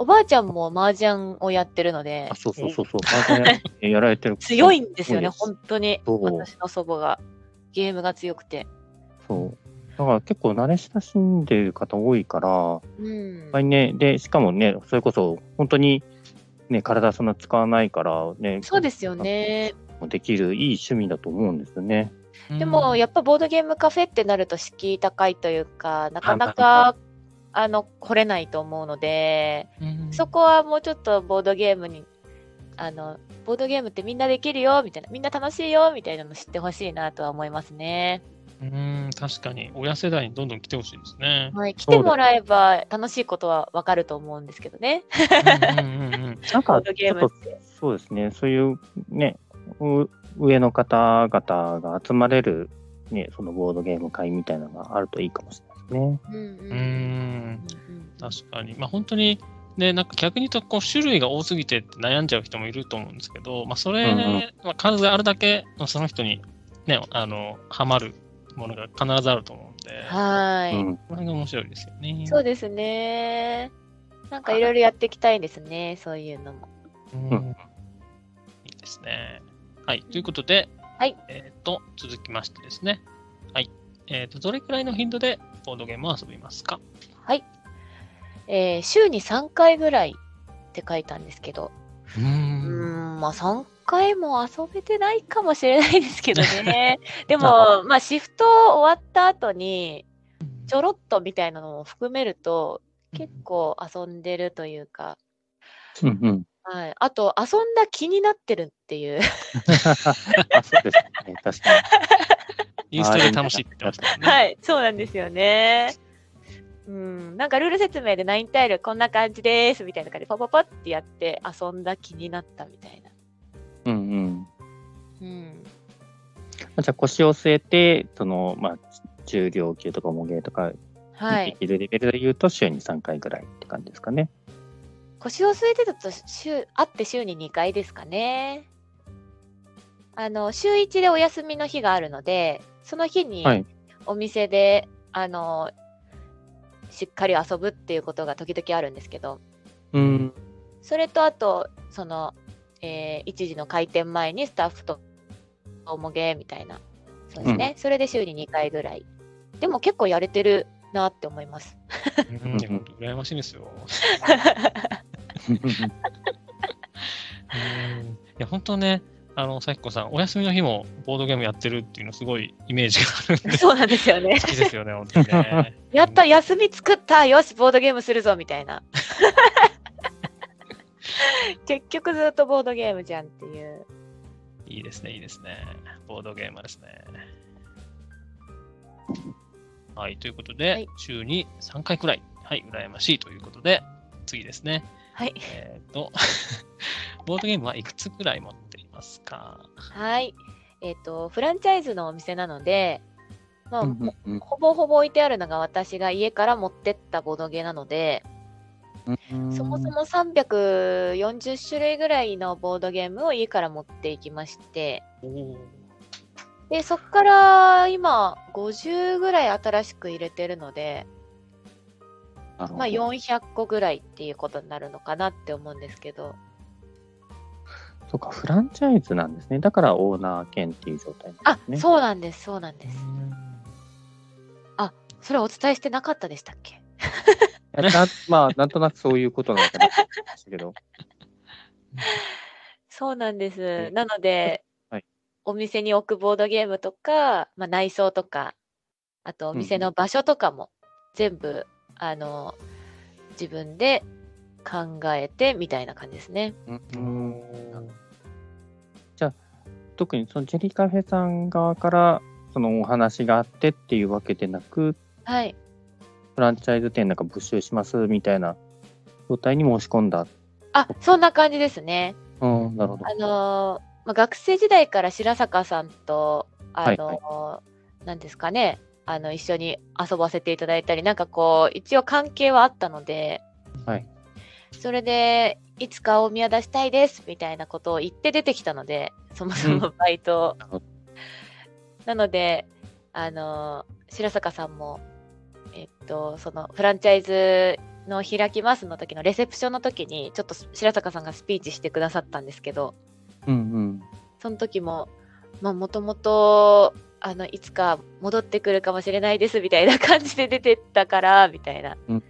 S2: おばあちゃんも麻雀をやってるので
S3: あ、そうそうそう そう、麻雀ややられてる
S2: 強いんですよね、
S3: そう
S2: 本当に。
S3: そう
S2: 私の祖母が。ゲームが強くて。
S3: そう。だから結構慣れ親しんでる方多いから、
S2: うん
S3: やっぱ。りね、で、しかもね、それこそ、本当に、ね、体そんな使わないから、ね、
S2: そうですよ。ね。
S3: できるいい趣味だと思うんですよね。
S1: うん
S2: でもやっぱボードゲームカフェってなると敷居高いというかなかな
S1: ハ
S2: かあの来れないと思うので
S1: うん
S2: そこはもうちょっとボードゲームにあのボードゲームってみんなできるよみたいなみんな楽しいよみたいなの知ってほしいなとは思いますね。
S1: うん、確かに、親世代にどんどん来てほしいですね。
S2: はい、来てもらえば楽しいことはわかると思うんですけどね。
S1: うんうんうんうん
S3: なん
S2: ボ
S3: か、
S2: ードゲ
S3: ち
S2: ー
S3: ょ
S2: ム
S3: っ
S2: っ
S3: と
S2: て。
S3: そうですね、そういうね、う上の方々が集まれる、ね、そのボードゲーム会みたいなのがあるといいかもしれないで
S1: う
S2: うんうんうん
S1: ん
S2: う ん
S1: 確かに、まあ、本当に、ね、なんか逆に言うとこう種類が多すぎてって悩んじゃう人もいると思うんですけど、まあ、それ、
S3: うんうん
S1: まあ、数があるだけのその人に、ね、あのハマるものが必ずあると思うんで、
S2: は
S3: す
S2: い、
S3: ね。うん
S1: これが面白いですよね。
S2: そうですね。なんかいろいろやっていきたいですね、そういうのも。
S1: うん
S3: うん
S1: いいですね。はい、ということで、
S2: はい
S1: えー、と続きましてですね、はいえーと、どれくらいの頻度でボードゲームを遊びますか
S2: はい、えー週に3回ぐらいって書いたんですけど、
S1: う
S2: うー
S1: ん
S2: ん、まあ3回も遊べてないかもしれないですけどね。で
S3: ま
S2: も、まあシフト終わった後に、ちょろっとみたいなのも含めると、結構遊んでるというか、
S3: うんうん。
S2: はい、あと遊んだ気になってるっていう、
S3: あ、そうですね、確かに。
S1: インストで楽しいって言ってましたもんね。
S2: はい、そうなんですよね。うん、なんかルール説明で9タイルこんな感じですみたいな感じでパパパってやって遊んだ気になったみたいな。
S3: うんうん。
S2: うん、
S3: じゃあ腰を据えて、その、まあ、重量級とか重芸とか
S2: は
S3: で
S2: い、
S3: きるレベルで言うと、週に3回ぐらいって感じですかね。
S2: 腰を据えてだと週あって週に2回ですかねあの週1でお休みの日があるのでその日に
S3: はい
S2: お店で、あのしっかり遊ぶっていうことが時々あるんですけど
S3: うん。
S2: それとあとその、えー、1時の開店前にスタッフとおもげみたいなそうですね、それで週に2回ぐらいでも結構やれてるなって思います
S1: うん、いや本当羨ましいですよ。うんいや、本当ね、あの、さきこさん、お休みの日もボードゲームやってるっていうの、すごいイメージがあるんで、
S2: そうなんですよね
S1: 好きですよね、本当にね。
S2: やった、休み作った、よし、ボードゲームするぞみたいな。 結局ずっとボードゲームじゃんっていう。
S1: いいですね、いいですね。ボードゲーマーですね。はい、ということで、
S2: はい
S1: 週に3回くらい、はい、羨ましいということで、次ですね。
S2: はい。
S1: えっ、と、 ボードゲームはいくつくらい持っていますか
S2: はい。えっ、と、フランチャイズのお店なので、まあ、
S3: うんうん
S2: ほぼほぼ置いてあるのが私が家から持ってったボードゲーなので、
S3: うん
S2: そ もそも340種類ぐらいのボードゲームを家から持っていきまして、
S1: おお。
S2: で、そっから今50ぐらい新しく入れてるので、
S3: なるほど
S2: まあ、400個ぐらいっていうことになるのかなって思うんですけど、
S3: そうか、フランチャイズなんですね。だからオーナー兼っていう状態なん
S2: あ
S3: ですね。
S2: そうなんです、そうなんです。それお伝えしてなかったでしたっけ
S3: いやなまあ、なんと なくそういうことなのかなと思いましたけ ど。
S2: そうなんです。
S3: ん
S2: なので、
S3: はい
S2: お店に置くボードゲームとか、まあ、内装とか、あとお店の場所とかも、全部、あの、自分で考えてみたいな感じですね。
S3: うん特にそのジェリーカフェさん側からそのお話があってっていうわけでなく、
S2: はい。
S3: フランチャイズ店なんか募集しますみたいな状態に申し込んだ。
S2: あ、そんな感じですね。
S3: うん、なるほど。
S2: あのーまあ、学生時代から白坂さんと、あのー
S3: はい
S2: なんですかね、あの一緒に遊ばせていただいたり、なんかこう、一応関係はあったので、
S3: はい
S2: それで、いつか大宮出したいですみたいなことを言って出てきたので、そもそもバイト
S3: う
S2: を。なので、あの、白坂さんも、えっと、そのフランチャイズの開きますの時のレセプションの時に、ちょっと白坂さんがスピーチしてくださったんですけど、
S3: うんうん。
S2: その時も、まあ、もともと、あの、いつか戻ってくるかもしれないです、みたいな感じで出てったから、みたいな。
S3: うん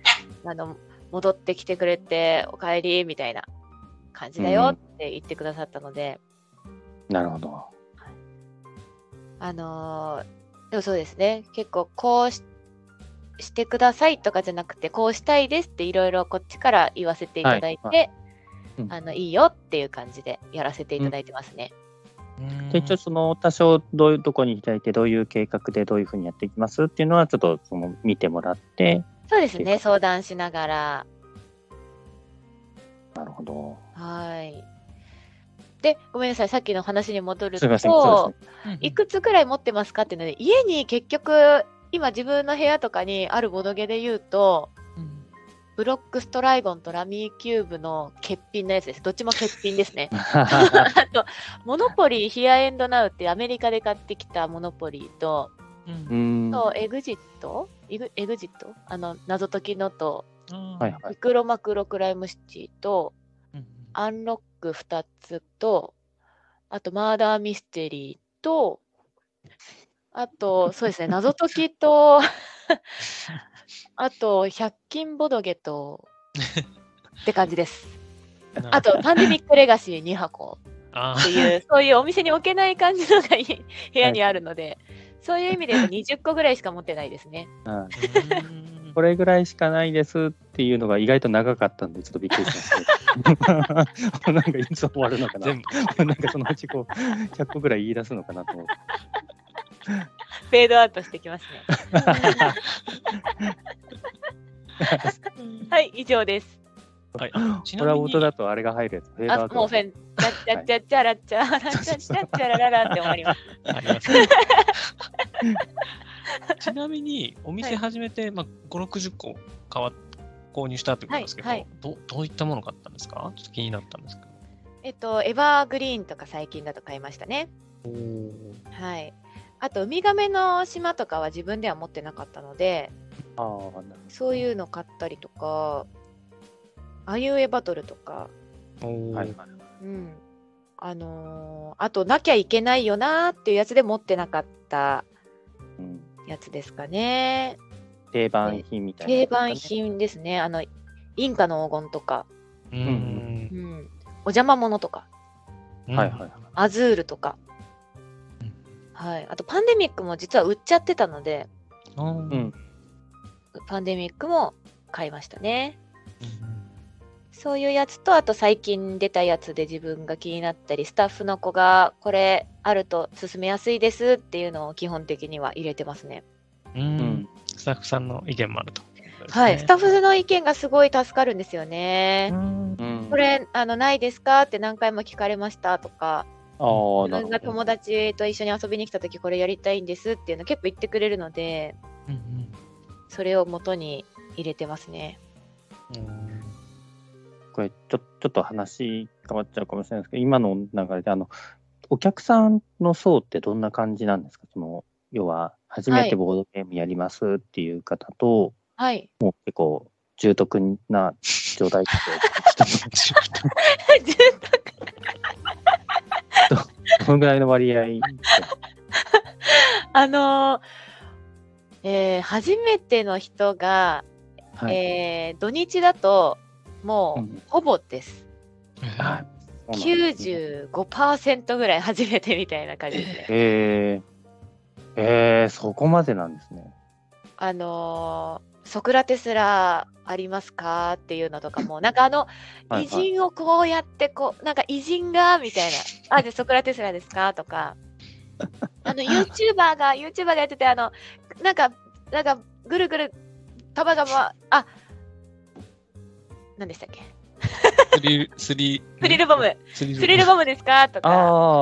S2: あの、戻ってきてくれて、お帰り、みたいな感じだよって言ってくださったので、
S3: なるほど。
S2: あのーでもそうですね、結構、こうししてくださいとかじゃなくて、こうしたいですっていろいろこっちから言わせていただいて、
S3: はい
S2: い
S3: うん
S2: あの、いいよっていう感じでやらせていただいてますね。
S3: で一応その多少どういうどこに開いてどういう計画でどういうふうにやっていきますっていうのはちょっとその見てもらって
S2: そうです
S3: っていう
S2: ね、
S3: か
S2: 相談しながら。
S3: なるほ ど
S2: はい。で、ごめんなさい、さっきの話に戻る
S3: すい
S2: と、
S3: ませんそうですね。
S2: いくつくらい持ってますかっていうので、家に結局、今自分の部屋とかにあるボドゲで言うと、ブロックストライゴンとラミーキューブの欠品のやつです。どっちも欠品ですね あと、モノポリーヒアエンドナウってアメリカで買ってきたモノポリーと、
S3: うーん
S2: と
S3: は
S2: エグジットエグエグジットあの、謎解きのと、
S3: いはい
S2: ミクロマクロクライムシティと、アンロック2つと、あとマーダーミステリーと、あと、そう ですね、謎解き と、あと、100均ボドゲと、 って感じです。あと、パンデミックレガシー2箱
S1: あ
S2: っていう、そういうお店に置けない感じのがい い部屋にあるので、そういう意味では20個ぐらいしか持ってないですね。
S3: うん
S1: ー
S3: これぐらいしかないですっていうのが意外と長かったんでちょっとびっくりしました なんかいつ終わるのかな
S1: 全部
S3: なんかそのうちこう100個ぐらい言い出すのかなと思って
S2: フェードアウトしてきますね。 はい、以上です。
S1: はいちな
S3: これは
S1: みに
S3: 音だとあれが入るやつフェードア
S2: あ
S3: ウ、ト
S2: もうフェン、チャッチャッチャッチャラッチャ ラッチャッチャッチャラララって終わります。
S1: あります。 ちなみに、お店始めて、まあ、5、60個買わ購入したってことですけど、
S2: はいはい
S1: どどういったもの買ったんですかちょっと気になったんですけど。
S2: えっと、エバーグリーンとか最近だと買いましたね。
S1: お
S2: はい。あと、ウミガメの島とかは自分では持ってなかったので、
S3: あーなる
S2: そういうの買ったりとか、あいうえバトルとか、
S1: お、
S3: はいは
S2: うん。あのーあと、なきゃいけないよなーっていうやつで持ってなかった
S3: うん
S2: やつですかね。
S3: 定番品みたいな、
S2: 定番品ですね。あの、インカの黄金とか、
S1: う。
S2: うんん。お邪魔者とか、
S3: はいはいはい
S2: アズールとか
S1: うん。
S2: はい。あと、パンデミックも実は売っちゃってたので、
S1: あーうん
S3: うん
S2: パンデミックも買いましたね。そういうやつと、あと最近出たやつで自分が気になったり、スタッフの子がこれあると進めやすいですっていうのを基本的には入れてますね。
S1: うん
S3: うん
S1: スタッフさんの意見もあると。
S2: はい。スタッ
S1: フ。
S2: フの意見がすごい助かるんですよね。
S3: うん
S2: これあのないですかって何回も聞かれましたとか、
S3: あー
S2: 自
S3: なる
S2: 分
S3: ほ
S2: が友
S3: ど
S2: 達と一緒に遊びに来た時これやりたいんですっていうの結構言ってくれるので、
S1: うん
S2: それを元に入れてますね。
S1: うん
S3: これちょちょっと話変わっちゃうかもしれないですけど今の流れであのお客さんの層ってどんな感じなんですかその要は初めてボードゲームやりますっていう方と、
S2: はい。
S3: もう結構重篤な状態ってどのぐらいの割合
S2: あのーえー初めての人が、
S3: はい、
S2: えー土日だと
S3: う
S2: も
S3: ん
S2: うほぼです、
S3: あそうなんですね
S2: 95%ぐらい 初めてみたいな感じですね、
S3: えー、えー、そこまでなんですね
S2: あのーソクラテスらありますかっていうのとかもなんかあの
S3: はい
S2: 偉人をこうやってこうなんか偉人がみたいな「あでソクラテスラですか?」と かあの YouTuber が YouTuber がやっててあのなんかなんかぐるぐる束がまあ何でしたっけ
S1: スリル、スリ、
S2: スリルボム
S1: スリ
S2: スリルボムですかと
S3: あ
S2: か。
S3: あ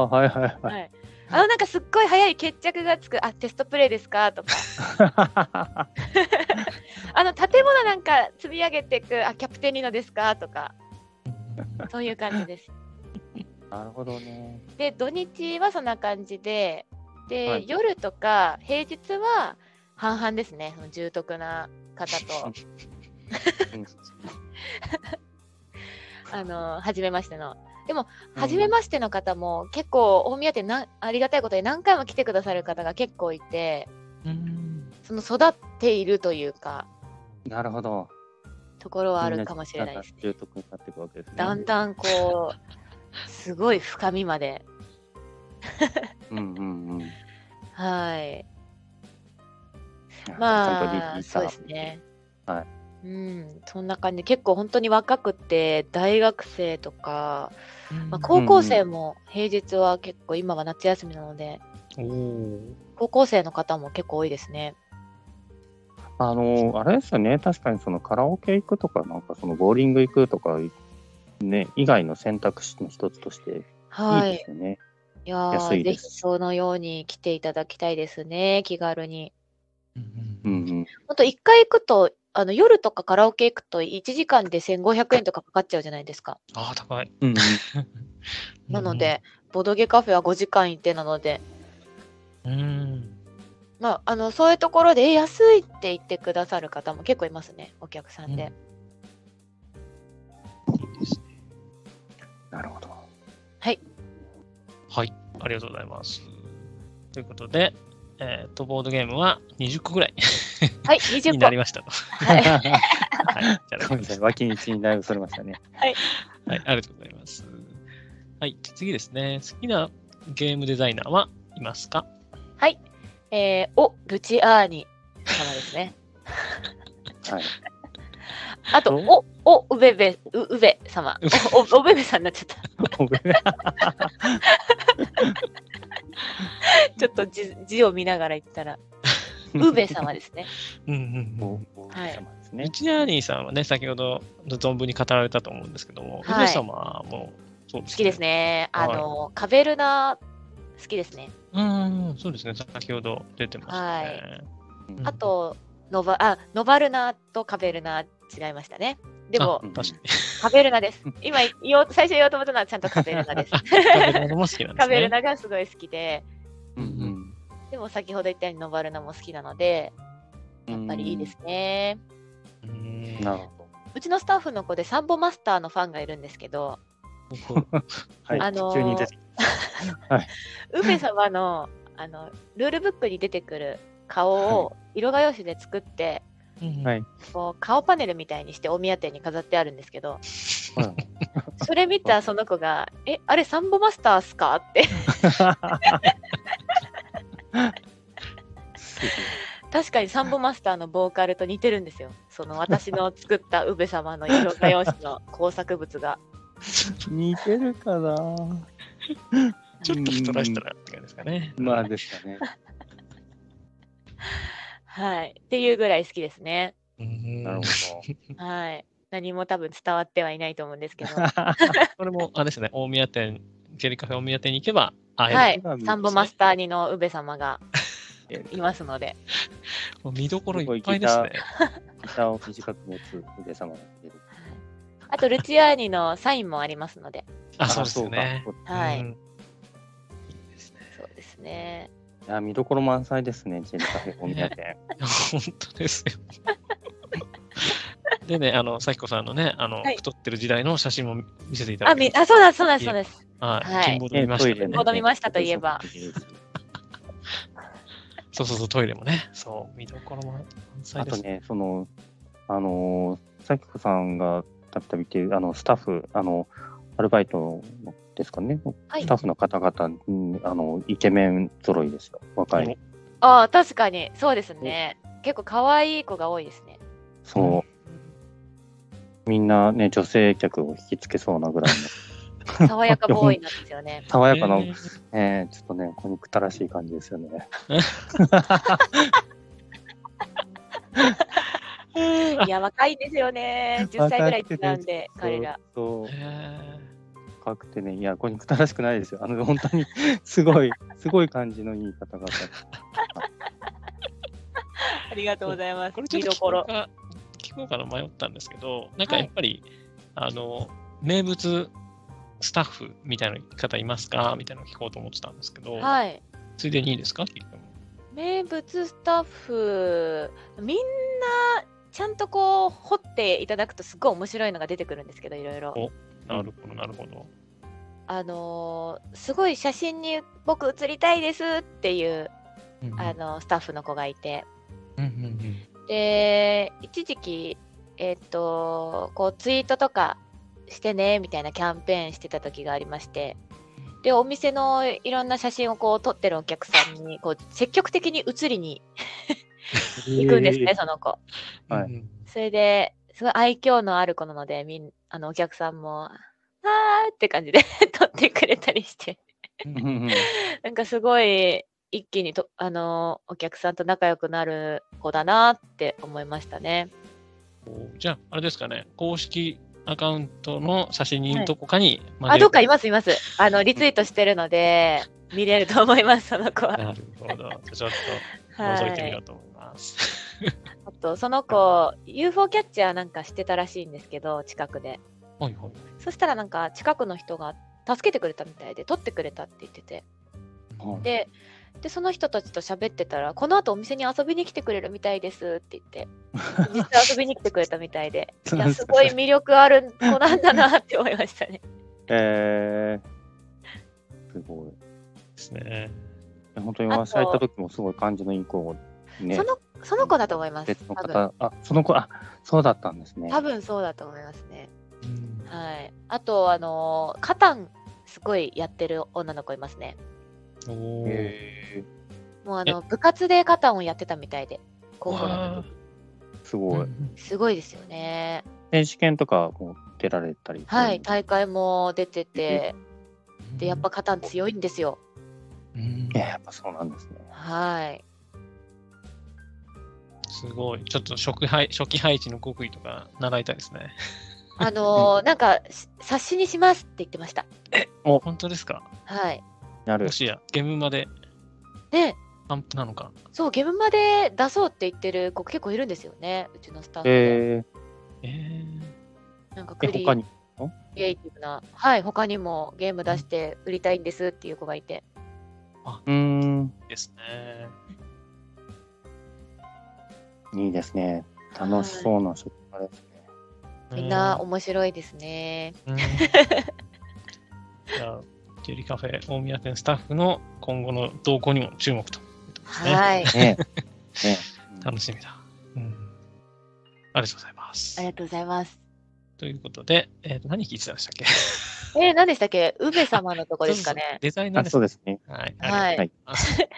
S3: ーはいはいはい
S2: はいあのなんかすっごい早い決着がつく、あテストプレイですかとか、あの建物なんか積み上げていく、あ、キャプテンにのですかとか、そういう感じです。
S3: なるほどね。
S2: で、土日はそんな感じで、で、
S3: はい
S2: 夜とか平日は半々ですね、その重篤な方 と、あの、初めましての。でも、初めましての方も結構、大宮店なありがたいことに何回も来てくださる方が結構いて、
S1: うん
S2: その育っているというか、
S3: なるほど。
S2: ところはあるかもしれないですね。
S3: みんな重篤になっていくわけですね。
S2: だんだんこう、すごい深みまで。
S3: うんうんうん。
S2: はい。
S3: ちゃん
S2: ま
S3: と
S2: あ、
S3: リサ
S2: そうですね。
S3: は
S2: うん、そんな感じ。結構本当に若くて、大学生とか、まあ、高校生も平日は結構、今は夏休みなので、
S1: おー
S2: 高校生の方も結構多いですね。
S3: あの、あれですよね、確かにそのカラオケ行くとか、なんかそのボーリング行くとか、ね、以外の選択肢の一つとしていい
S2: はい。
S3: ですよね。
S2: いやー
S3: 安い
S2: ぜ
S3: で
S2: ひ
S3: す
S2: そのように来ていただきたいですね、気軽に。
S3: うんうん。
S2: ほんと、一回行くと、あの夜とかカラオケ行くと、1時間で1500円とかかかっちゃうじゃないですか。
S1: ああ、高い。
S3: うんうん
S2: なので、ボドゲカフェは5時間いてなので、
S1: うん、うん
S2: まあ、あのそういうところで、え安いって言ってくださる方も結構いますね、お客さんで。
S3: なるほど。
S1: はい、ありがとうございます。ということで、えっ、と、ボードゲームは20個ぐらい
S2: はい、20
S1: に
S2: 個
S1: なり。ま したと。
S2: はい
S1: はい、じゃあ
S3: ごめんなさい、脇道にだいぶそれましたね。
S1: はい、ありがとうございます。はい、次ですね。好きなゲームデザイナーはいますか
S2: はい、えー、おルチアーニ様です ね。
S3: はい。
S2: あと、おおうべべ、ううべ 様。おおおべべさんになっちゃった。 ちょっと字字を見ながら言っ たら、うべ様ですね。
S1: うんうん
S3: もう、
S2: はい
S3: ですね
S1: う。ちアーニーさんはね、先ほど存分に語られたと思うんですけども、
S2: は
S1: 上
S2: い
S1: 様もそうで
S2: 好
S1: す
S2: きです。ね。あの、カベルナ好きですね。
S1: うん、そうですね。先ほど出てましたね。
S2: あと、ノバあノバルナとカベルナ違いましたね。でも
S1: う、ん、確か
S2: カベルナです。今言おう、最初言おうと思ったのはちゃんとカベル ナです。
S1: に。カベルナも好きなんで
S2: カ
S1: す
S2: ベル
S1: ね。
S2: ナがすごい好きで、
S3: うん
S2: でも先ほど言ったようにノバルナも好きなので、
S3: うん。や
S2: やっぱりいいですね。
S1: うん
S3: なるほ
S2: うちのスタッフの子でサンボマスターのファンがいるんですけど、
S3: ど。はい、
S2: あのー
S3: 急に出てき
S2: ウベ様のあのルールブックに出てくる顔を色画用紙で作って、
S1: うん
S3: はい
S2: こう顔パネルみたいにしてお宮店に飾ってあるんですけど、
S3: たうん
S2: それ 見たその子が、え、あれサンボマスターっすかって、確かにサンボマスターのボーカルと似てるんですよ。その私の作ったウベ様の色画用紙の工作物が。
S3: 似てるかな
S1: ちょっと太らしたらって感じですかね。
S3: まあですかね。
S2: はい。っていうぐらい好きですね。
S1: うん
S3: なるほ
S2: はい。何も多分伝わってはいないと思う んですけど。
S1: これも、あれですね、大宮店、ジェリカフェ大宮店に行けば会える、
S2: はい
S3: そうなんで。すね
S2: サンボマスターにのウベ 様がいますので。
S1: もう見どころいっぱいですね。
S3: ど。ギターを短く持つ腕様が出てる。
S2: あと、ルチアーニのサインもありますので。
S1: あ、そうですよね
S3: あ。そうか
S2: はい。
S1: うんいいですね
S2: そうですね。
S3: いや見どころ満載ですね、ジェルカフェお 宮店。
S1: いや本当ですよ。でね、あの、咲子さんのね、あの、
S2: はい
S1: 太ってる時代の写真も見せていただ
S2: あ、
S1: きま
S2: み
S1: し
S2: あそうだ、そうだ、そうです。
S1: た。はい。
S2: はい
S1: 金ボード見ましたけどね
S2: ボー。ド見ましたといえば。
S1: そうそうそう、トイレもね。そう、見どころも満載
S3: あ
S1: で
S3: と
S1: すね。
S3: ね、その、あのー、さきこさんがたびたびっていう、あの、スタッフ、あの、アルバイトですかね、
S2: はい
S3: スタッフの方々に、あの、イケメン揃いですよ、若い。
S2: ああ、確かに。そうですね。結構可愛い子が多いです ね。
S3: そう、みんなね、女性客を引きつけそうなぐらい の、
S2: 爽やかボーイなんです よね。
S3: 爽やかな、
S1: え
S3: え
S1: ー
S3: ーちょっとね、こにくたらしい感じですよね。
S2: いや、若いんですよね。10歳ぐらい 違うんで、彼ら。
S3: そう。そう
S1: え
S3: 若くてね、いや、こにくたらしくないですよ。あの、本当に、すごい、 すごい感じのいい方々。
S2: ありがとうございま
S1: ー
S2: す
S1: これ。ちょっ
S2: 見
S1: と
S2: どころ。
S1: が聞こうかな迷ったんですけど、なんか
S2: はい
S1: やっぱり、あの、名物スタッフみたいな方いますかみたいなの聞こうと思ってたんですけど、
S2: はい。
S1: ついでにいいですか聞いても。
S2: 名物スタッフ、みんなちゃんとこう掘っていただくとすごい面白いのが出てくるんですけど、いろいろ。
S1: なるほど、なるほど。
S2: あのーすごい写真に僕写りたいですっていう、あのスタッフの子がいて。
S1: うんうんうん
S2: で、一時期、えっと、こうツイートとかしてね、みたいなキャンペーンしてた時がありまして、で、お店のいろんな写真をこう撮ってるお客さんに、こう積極的に写りに行くんですね、その子。
S3: はい
S1: うんうん
S2: それで、すごい愛嬌のある子なので、みんあのお客さんも、あーって感じで 撮ってくれたりして、
S3: うんうんうん
S2: なんかすごい一気にと、あのお客さんと仲良くなる子だなって思いましたね。
S1: じゃあ、あれですかね、公式アカウントの写真にどこかに、
S2: あ、どっかい
S1: 今
S2: ますいます。あの、リツイートしてるので、見れると思います、その子は。
S1: なるほど。じ ゃあちょっと
S2: は
S1: 覗いてみよ
S2: い。
S1: うと思います。
S2: あと、その子、UFO キャッチャーなんかしてたらしいんですけど、近くで。
S1: ほいほい。
S2: そしたらなんか、近くの人が助けてくれたみたいで、撮ってくれたって言ってて。で、でその人たちと喋ってたら、この後お店に遊びに来てくれるみたいですって言って、実際遊びに来てくれたみたいで、いや、すごい魅力ある子なんだなって思いましたね。
S3: えー、すごい。
S1: ですね。
S3: 本当に
S2: あと
S3: お会いされた時もすごい感じのいい子をね
S2: そ、の、その子だと思います。
S3: 別の
S2: 多分、
S3: 方、あ、その子、あ、そうだったんですね。
S2: 多分そうだと思いますね。
S1: うん
S2: はい。あと、あのーカタン、すごいやってる女の子いますね。
S1: おー
S3: え
S2: もう、あの、部活でカタンをやってたみたいで、高校の
S1: わ
S3: ー、す
S1: ー
S3: ごい。
S2: すごいですよね。
S3: 選手権とかも出られたり。
S2: はい。大会も出てて、
S1: うん
S2: で、やっぱカタン強いんですよ。
S1: うん
S3: いや、やっぱそうなんですね。
S2: はい。
S1: すごい。ちょっと初期配初期配置の極意とか習いたいですね。
S2: あのーなんか、し冊子にしますって言ってました。
S1: 本当ですか
S2: はい。
S3: なる
S1: も。しや、ゲームまで
S2: で、
S1: 完封なのか。
S2: そう、ゲームまで出そうって言ってる子結構いるんですよね。うちのスタッフで。
S3: え
S1: えー
S2: なんか、
S3: ー、
S2: ク
S3: え、
S2: リ
S3: 他に。
S2: クリエイティブな。はい。他にもゲーム出して売りたいんですっていう子がいて。
S3: うーん、
S1: ですね。
S3: いいですね。楽しそうな職場ですね。
S2: みんな
S1: う
S2: 面白いですね。
S1: んじゃあ、ジェリカフェ大宮店スタッフの今後の動向にも注目というところですね。
S2: はい。
S3: ね ね
S1: 楽しみだ。うん。ありがとうございます
S2: あり。がとうございます。
S1: ということで、えーと何聞いてたんでしたっけ
S2: えー、何でしたっけ梅様のとこですかね。
S1: そうそうデザイナー
S3: あ、
S1: です
S3: そうですね。
S1: はい。
S2: は
S1: ありがとうご
S2: い。
S1: ざいます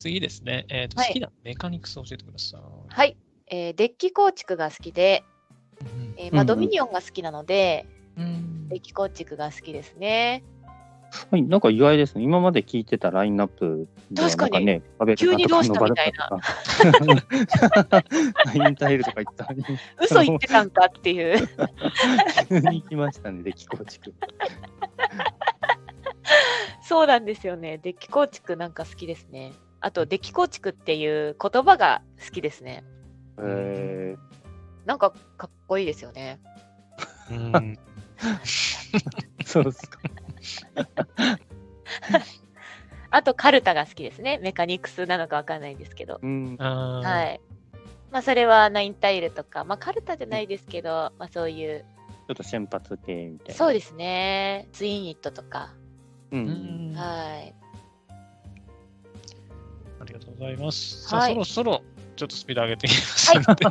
S1: 次ですね、えーと
S2: はい
S1: 好きなメカニクスを教えてください。
S2: はい。えーデッキ構築が好きで、
S1: うん
S2: えーまあ、
S3: うんう
S2: ド
S3: ん
S2: ミニオンが好きなので、
S1: うん
S2: デッキ構築が好きです ね。
S3: はい、なんか意外ですね。今まで聞いてたラインナップでは
S2: 確かに
S3: なんね、
S2: 急にどうしたみたいな
S3: な。 ラインタイルとか言ったのに、
S2: 嘘言ってたんかっていう。
S3: 急に来ましたね、で、気構築。
S2: そうなんですよね。デッキ構築なんか好きですね。あと、デッキ構築っていう言葉が好きですね。
S3: え
S2: なんかかっこいいですよね。
S1: うん
S3: ー、そうですか。
S2: あと、カルタが好きですね。メカニクスなのかわかんないんですけど。
S3: うん。
S1: あー
S2: はい。まあ、それはナインタイルとか、まあ、カルタじゃないですけど、まあ、そういう、
S3: ちょっと先発系みたいな。
S2: そう
S3: で
S2: ですね、ツインイットとか、
S3: す。う。
S1: うんんあ
S2: はい。
S1: りがとうございます。
S2: は
S1: じ
S2: い
S1: ゃあ、そろそろちょっとスピード上げていきますので、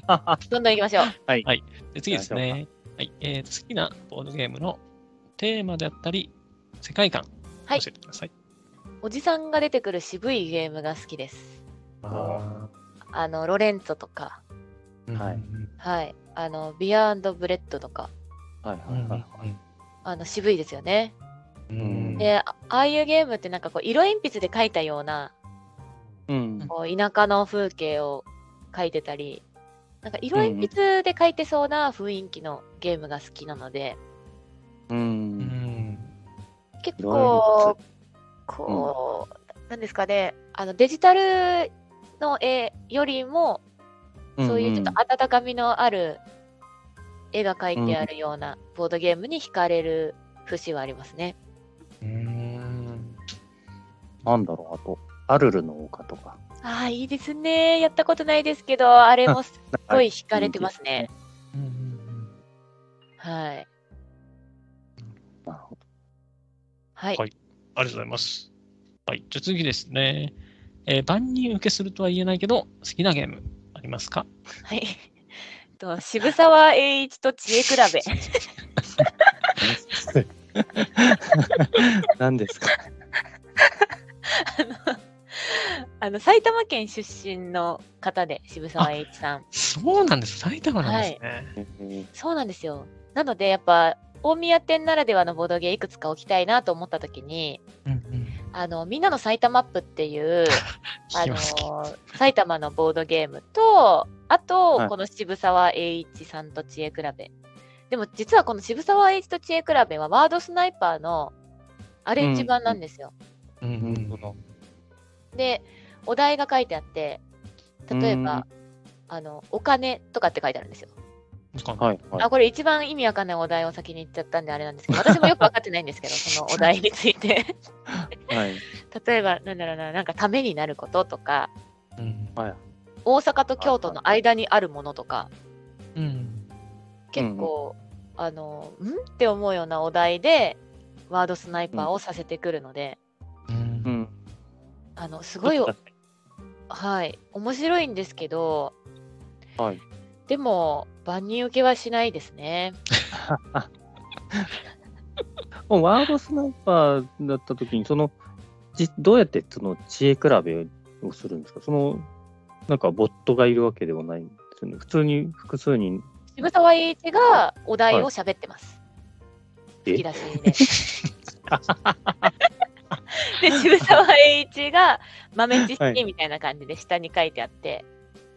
S2: どんどん行きましょう。
S3: はい
S1: は。いで 次ですね、はいえー好きなボードゲームのテーマであったり、世界観、教
S2: は
S1: え
S2: い
S1: てください。
S2: おじさんが出てくる渋いゲームが好きです。
S1: あ
S2: あの、ロレンツォとか、
S1: ー
S3: はい
S1: うん
S2: はい。あの、ビアンドブレッドとか、
S3: はいはいはい。
S2: あの、渋いですよね。
S1: うん
S2: で、あああいうゲームってなんかこう、色鉛筆で描いたような、
S3: うん。
S2: こう、田舎の風景を描いてたり、なんか色鉛筆で描いてそうな雰囲気のゲームが好きなので、
S3: う。
S1: うんん
S2: 結
S3: 色
S2: 構
S3: 鉛
S2: こう、なんですかねあのデジタルの絵よりもそういうちょっと
S3: ん
S2: 温かみのある絵が描いてあるようなボードゲームに惹かれる節はありますね。
S1: うん。
S3: なんだろう、あと、アルルの丘とか。
S2: ああ、いいですね。やったことないですけど、あれもすっごい
S3: はい
S2: 惹かれてますね。
S1: うんうん
S2: はい。
S3: なるほど。
S2: はい
S1: は。いありがとうございます。はい。じゃあ次ですね。えー万人受けするとは言えないけど、好きなゲームありますか
S2: はい。 と渋沢栄一と知恵比べ。
S3: 何ですか
S2: あの埼玉県出身の方で渋沢栄一さん。
S1: そうなんです。埼玉なんですね。
S3: えー
S2: そうなんですよ。なのでやっぱ大宮店ならではのボードゲームいくつか置きたいなと思った時に、
S1: うんうん。
S2: あのみんなの埼玉マップっていう
S1: 聞
S2: あ
S1: き
S2: の
S1: ます。
S2: ー埼玉のボードゲームと、あと、
S3: はい
S2: この渋沢栄一さんと知恵比べ。でも実はこの渋沢栄一と知恵比べはワードスナイパーのアレンジ版なんですよ。
S1: うんうんうん
S2: で、お題が書いてあって、例えば、あの、お金とかって書いてあるんですよ。
S3: はいはい。
S2: あ、これ一番意味わかんないお題を先に言っちゃったんであれなんですけど、私もよくわかってないんですけど、そのお題について。
S3: はい
S2: 例えば、なんだろうな、なんかためになることとか、
S1: うん
S3: はい
S2: 大阪と京都の間にあるものとか、
S1: うん
S2: 結構、あのんって思うようなお題でワードスナイパーをさせてくるので、
S1: うん
S3: うん。
S2: あのすごいおはい面白いんですけど
S3: はい。
S2: でも万人受けはしないですね
S3: もうワードスナイパーだった時に、その、じどうやってその知恵比べをするんですかその、なんかボットがいるわけではないんですよね。普通に複数人、
S2: 渋沢栄一がお題を喋ってます、
S3: え
S2: 引き出しでで渋沢栄一が豆知識みたいな感じで下に書いてあって、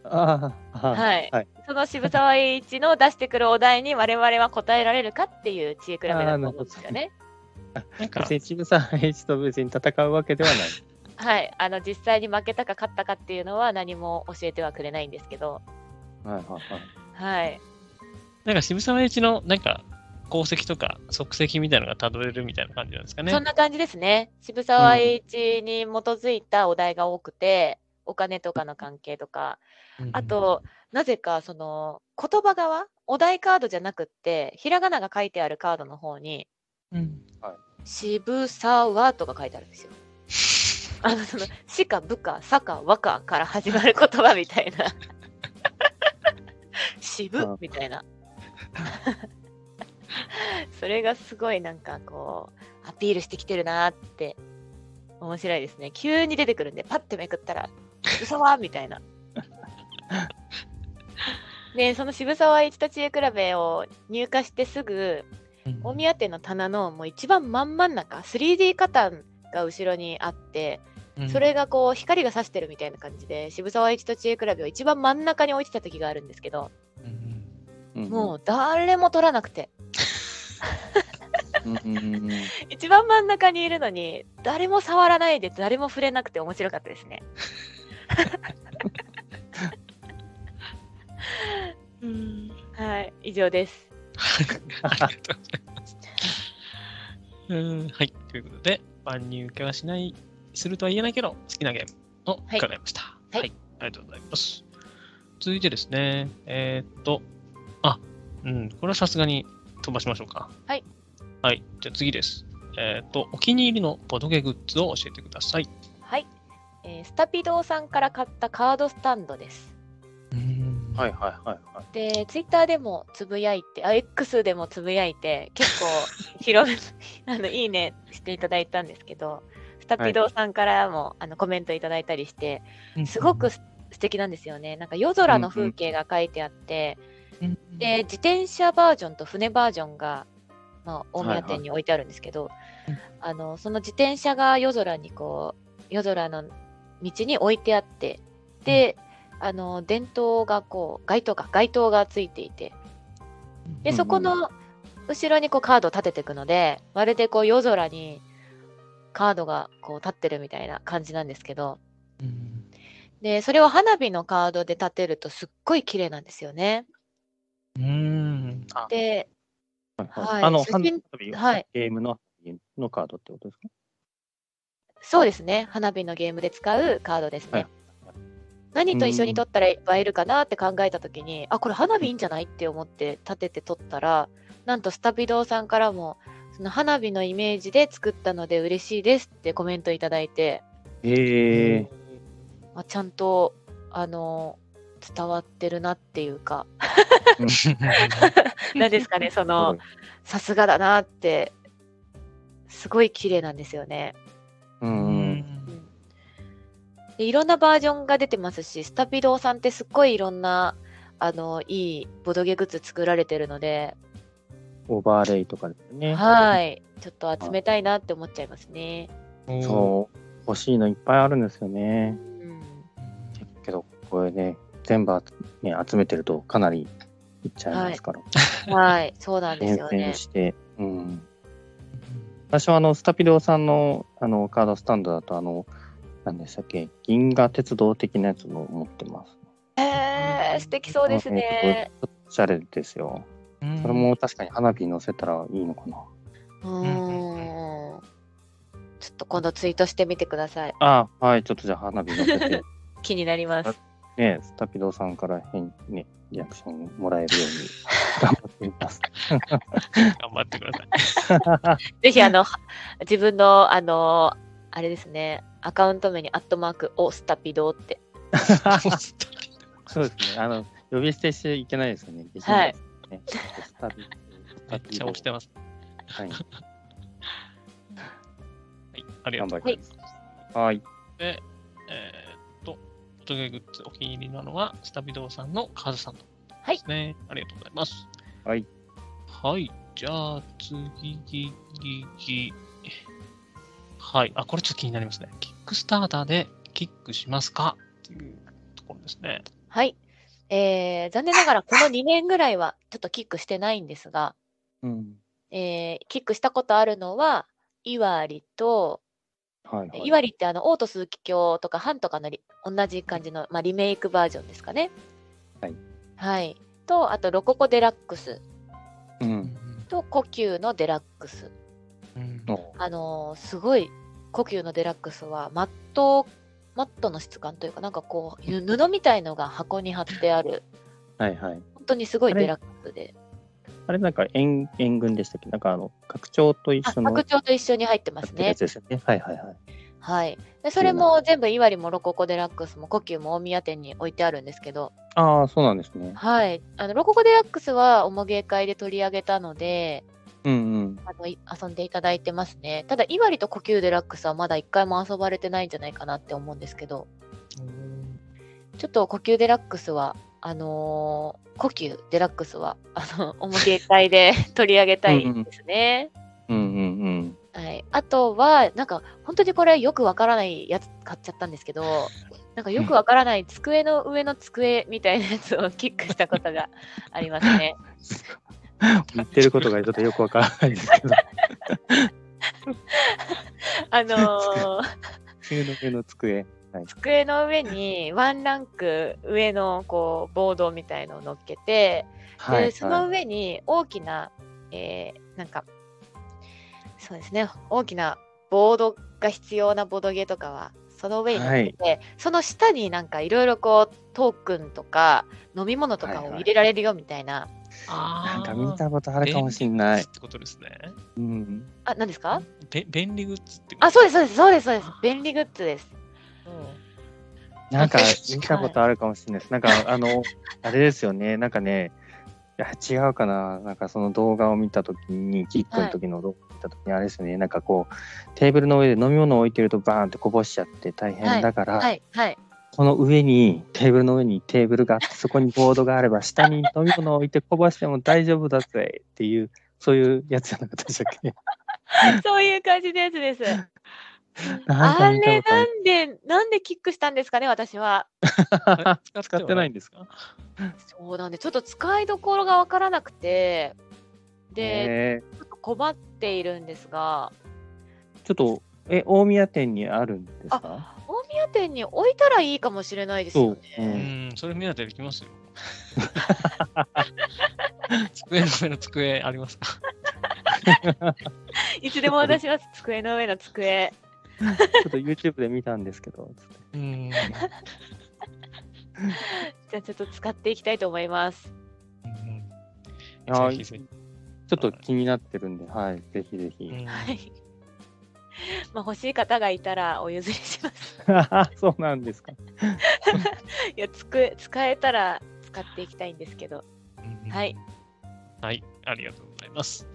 S3: ああ、
S2: はい
S3: はい。
S2: その渋沢栄一の出してくるお題に我々は答えられるかっていう知恵比べだと思うんですよね。
S1: なんか
S3: 別、にチブさ ん、H と別に戦うわけではない。
S2: はい、あの実際に負けたか勝ったかっていうのは何も教えてはくれないんですけど、
S3: はいはいはい。
S2: はい、
S1: なんか渋沢栄一のなんか功績とか足跡みたいなのがたどれるみたいな感じなんですかね。
S2: そんな感じですね。渋沢栄一に基づいたお題が多くて、お金とかの関係とか、
S1: うんうん
S2: あ、と、なぜかその言葉側、お題カードじゃなくって、ひらがなが書いてあるカードの方に、
S1: うん、
S2: 渋沢とか書いてあるんですよ。あのその、しか部か、さか和かから始まる言葉みたいな。渋みたいな。それがすごいなんかこう、アピールしてきてるなーって、面白いですね。急に出てくるんで、パッてめくったら、渋沢みたいな。で、その渋沢一と知恵比べを入荷してすぐ、大宮店の棚のもう一番真ん真ん中 3D カタンが後ろにあって
S1: うん
S2: それがこう光が差してるみたいな感じで渋沢栄一と知恵比べを一番真ん中に置いてた時があるんですけど
S1: うん
S3: うんうん
S2: もう誰も取らなくて
S3: うんうんうんうん
S2: 一番真ん中にいるのに誰も触らないで誰も触れなくて面白かったですね。
S1: うん
S2: はい以上です。
S1: ありがとうございます。 うんはい、ということで、万人受けはしない、するとは言えないけど、好きなゲームを
S2: はい
S1: 伺いました。
S2: い
S1: ありがとうございます。続いてですね、えーっと、あ、うん、これはさすがに飛ばしましょうか。
S2: はい。
S1: はい、じゃあ次です。えーっと、お気に入りのボドゲグッズを教えてください。
S2: はい、えースタピドーさんから買ったカードスタンドです。
S1: うん
S3: はいはいはいはい。
S2: で、ツイッターでもつぶやいて、あ、X でもつぶやいて、結構広め、 あの、いいねしていただいたんですけど、スタピドーさんからも、あのコメントいただいたりして、
S1: い
S2: すごくす素敵なんですよね。なんか夜空の風景が書いてあって、で、、自転車バージョンと船バージョンが、まあ、大宮店に置いてあるんですけど、
S1: うん
S2: あの、その自転車が夜空にこう、夜空の道に置いてあって、で、あの、電灯がこう、街灯か、街灯がついていて、で、
S3: うん
S2: そこの後ろにこうカードを立てていくので、まるでこう夜空にカードがこう立ってるみたいな感じなんですけど、で、それを花火のカードで立てるとすっごい綺麗なんですよね。
S1: うーん。あ、
S2: で、はい
S3: あの、
S2: 写真
S3: 花火
S2: はい
S3: ゲームののカードってことですか
S2: そうですね。花火のゲームで使うカードですね。
S3: は
S2: 何と一緒に撮ったら映えるかなって考えたときに、あ、これ花火いいんじゃないって思って立てて撮ったら、なんとスタビドーさんからも、その花火のイメージで作ったので嬉しいですってコメントいただいて、
S3: へえ。
S2: まあ、ちゃんと、あの、伝わってるなっていうか、何ですかね、そ の、さすがだなって、すごい綺麗なんですよね。
S3: う。
S1: うんん
S2: でいろんなバージョンが出てますし、スタピドーさんってすっごいいろんな、あの、いいボドゲグッズ作られてるので、
S3: オーバーレイとかですね。
S2: はい。ちょっと集めたいなって思っちゃいますね。
S3: そう。欲しいのいっぱいあるんですよね。
S2: うん。
S3: けど、これね、全部集,、ね、集めてるとかなりいっちゃいますから。
S2: はい。そうなんです
S3: 厳
S2: よ
S3: 選
S2: ね。
S3: して。うん。私はあのスタピドーさんのあのカードスタンドだとあの何でしたっけ銀河鉄道的なやつを持ってます。
S2: えー、素敵そうですね。
S3: あの。えーとちょっとおしゃれですよ。
S1: うん。
S3: それも確かに花火乗せたらいいのかな。
S2: う
S1: うん
S2: ーん。ちょっと今度ツイートしてみてください。
S3: ああはいちょっとじゃあ花火乗せ て
S2: 気になります。
S3: ねスタピドーさんから変ねリアクションもらえる ように頑張ってみます。
S1: 頑張ってください。
S2: ぜひあのは自分のあのあれですねアカウント名にアットマークをスタピドって
S3: そうですねあの呼び捨てしちゃいけないですよね。
S2: はい
S3: ね。スタピス
S1: め
S3: タ
S1: っ
S3: ピ
S1: ち
S3: ド
S1: ゃ
S3: ー
S1: 起きてます。
S3: はい
S1: はい、ありが
S3: 頑
S1: と
S3: 張
S1: う。
S3: ります。はい。
S1: えーっと、おとげグッズお気に入りなのは、スタビドーさんのカズさんと。
S2: はい
S1: ですね。ありがとうございます。
S3: はい。
S1: はい、じゃあ次、ぎぎぎ。はい、あ、これちょっと気になりますね。キックスターターでキックしますかっていうところですね。
S2: はい、えー、残念ながらこの2年ぐらいはちょっとキックしてないんですが、
S3: うん。
S2: えー、キックしたことあるのはイワリと、
S3: はい、はい。
S2: イワリってあのオート鈴木教とかハンとかのリ同じ感じの、まあ、リメイクバージョンですかね
S3: はい、
S2: はい、とあとロココデラックス
S3: うん。
S2: と呼吸のデラックス
S1: うん
S3: お
S2: あのーすごい呼吸のデラックスはマットマットの質感というかなんかこうゆ布みたいのが箱に貼ってある
S3: はいはい。
S2: 本当にすごい
S3: あれ
S2: デラックスで
S3: あれなんか援援軍でしたっけなんかあの、拡張と一
S2: あ
S3: 緒の
S2: 白鳥と一緒に入ってます
S3: や
S2: ね
S3: つですよね。はいはいはい。
S2: はいでそれも全部いわりもロココデラックスも呼吸も大宮店に置いてあるんですけど
S3: ああ、そうなんですね。
S2: はいあのロココデラックスはおもげ会で取り上げたので
S3: うんうん。
S2: あのい遊んでいただいてますねただいわりと呼吸デラックスはまだ一回も遊ばれてないんじゃないかなって思うんですけどちょっと呼吸デラックスは、あのー呼吸デラックスは、あの、おもげ会で 取り上げたいですね。
S3: うんうんうん。
S2: はい。あとは、なんか、本当にこれよくわからないやつ買っちゃったんですけど、なんかよくわからない机の上の机みたいなやつを キックしたことがありますね。
S3: 言ってることがちょっとよくわからないですけ ど、
S2: あのー
S3: 冬の上の机。
S2: 机の上にワンランク上のこうボードみたいのを乗っけて、
S3: はい、は
S2: で
S3: い。
S2: その上に大きな、えーなんかそうですね大きなボードが必要なボードゲーとかはその上に乗ってて、その下になんかいろいろこうトークンとか飲み物とか
S3: はい
S2: を
S3: はい
S2: 入れられるよみたいな、
S1: あ
S3: な
S1: あ。
S3: んか見たことあるかもしんない
S1: っ。てことですね。
S3: うん。
S2: あ何ですか
S1: べ便利グッズってこと
S2: あそうですそうですそうですそうです便利グッズです
S3: なんか見たことあるかもしれないです。なんかあの、あれですよね。なんかね、いや違うかな。なんかその動画を見たときに、キックの時の動画を見たときに、あれですよね。なんかこう、テーブルの上で飲み物を置いてるとバーンってこぼしちゃって大変だから、
S2: はいはい
S3: この上にテーブルの上にテーブルがあってそこにボードがあれば 下に飲み物を置いてこぼしても大丈夫だぜっていうそういうやつじゃなかったでしたっけ
S2: そういう感じのやつです
S3: な
S2: あ
S3: んか見た
S2: れ
S3: ことあ
S2: な
S3: る
S2: んでなんでキックしたんですかね私は
S1: あれ
S3: 使ってないんですか
S1: か
S2: そうなんでちょっと使いどころがわからなくてで、
S3: え
S2: ちょっと困っているんですが、
S3: ーちょっとえ大宮店にあるんですか
S2: 大宮目当てに置いたらいいかもしれないですよ
S3: そうう
S1: う
S2: ね。
S1: ん、それ目当てできますよ。 机の上の机ありますか
S2: いつでも渡します、机の上の机。
S3: っと YouTube で見たんですけど、つって
S1: うん。
S2: じゃあちょっと使っていきたいと思います。
S3: あ
S1: ぜひ
S3: ー
S1: ぜひ
S3: ちょっと気になってるんで、はい、ぜひぜひ。
S1: うん
S2: はい。まあ欲しい方がいたらお譲りします。
S3: そうなんですか。
S2: いや、つく使えたら使っていきたいんですけど。
S1: うん
S2: はい。
S1: はい、ありがとうございます。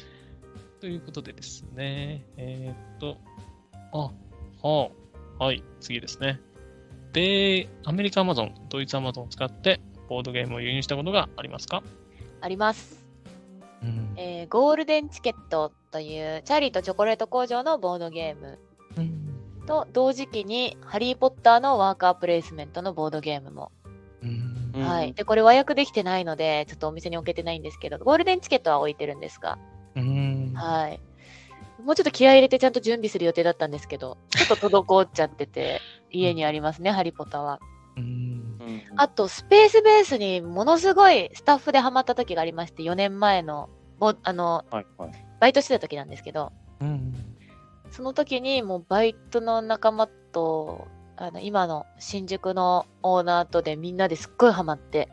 S1: ということでですね、えーっと、あ、はあ、はい、次ですね。米、アメリカアマゾン、ドイツアマゾンを使って、ボードゲームを輸入したことがありますか
S2: あります。
S1: うん
S2: えーゴールデンチケットというチャーリーとチョコレート工場のボードゲームと同時期にハリー・ポッターのワーカープレイスメントのボードゲームも、
S1: うん
S3: うん
S2: はい、でこれ和訳できてないのでちょっとお店に置けてないんですけどゴールデンチケットは置いてるんですが、
S1: うん
S2: はい、もうちょっと気合い入れてちゃんと準備する予定だったんですけどちょっと滞っちゃってて家にありますねハリー・ポッターは
S1: うん
S3: うん
S2: あとスペースベースにものすごいスタッフでハマった時がありまして4年前のぼあの
S3: はいはい。
S2: バイトしてた時なんですけど
S1: うん
S2: その時にもうバイトの仲間とあの今の新宿のオーナーとでみんなですっごいハマって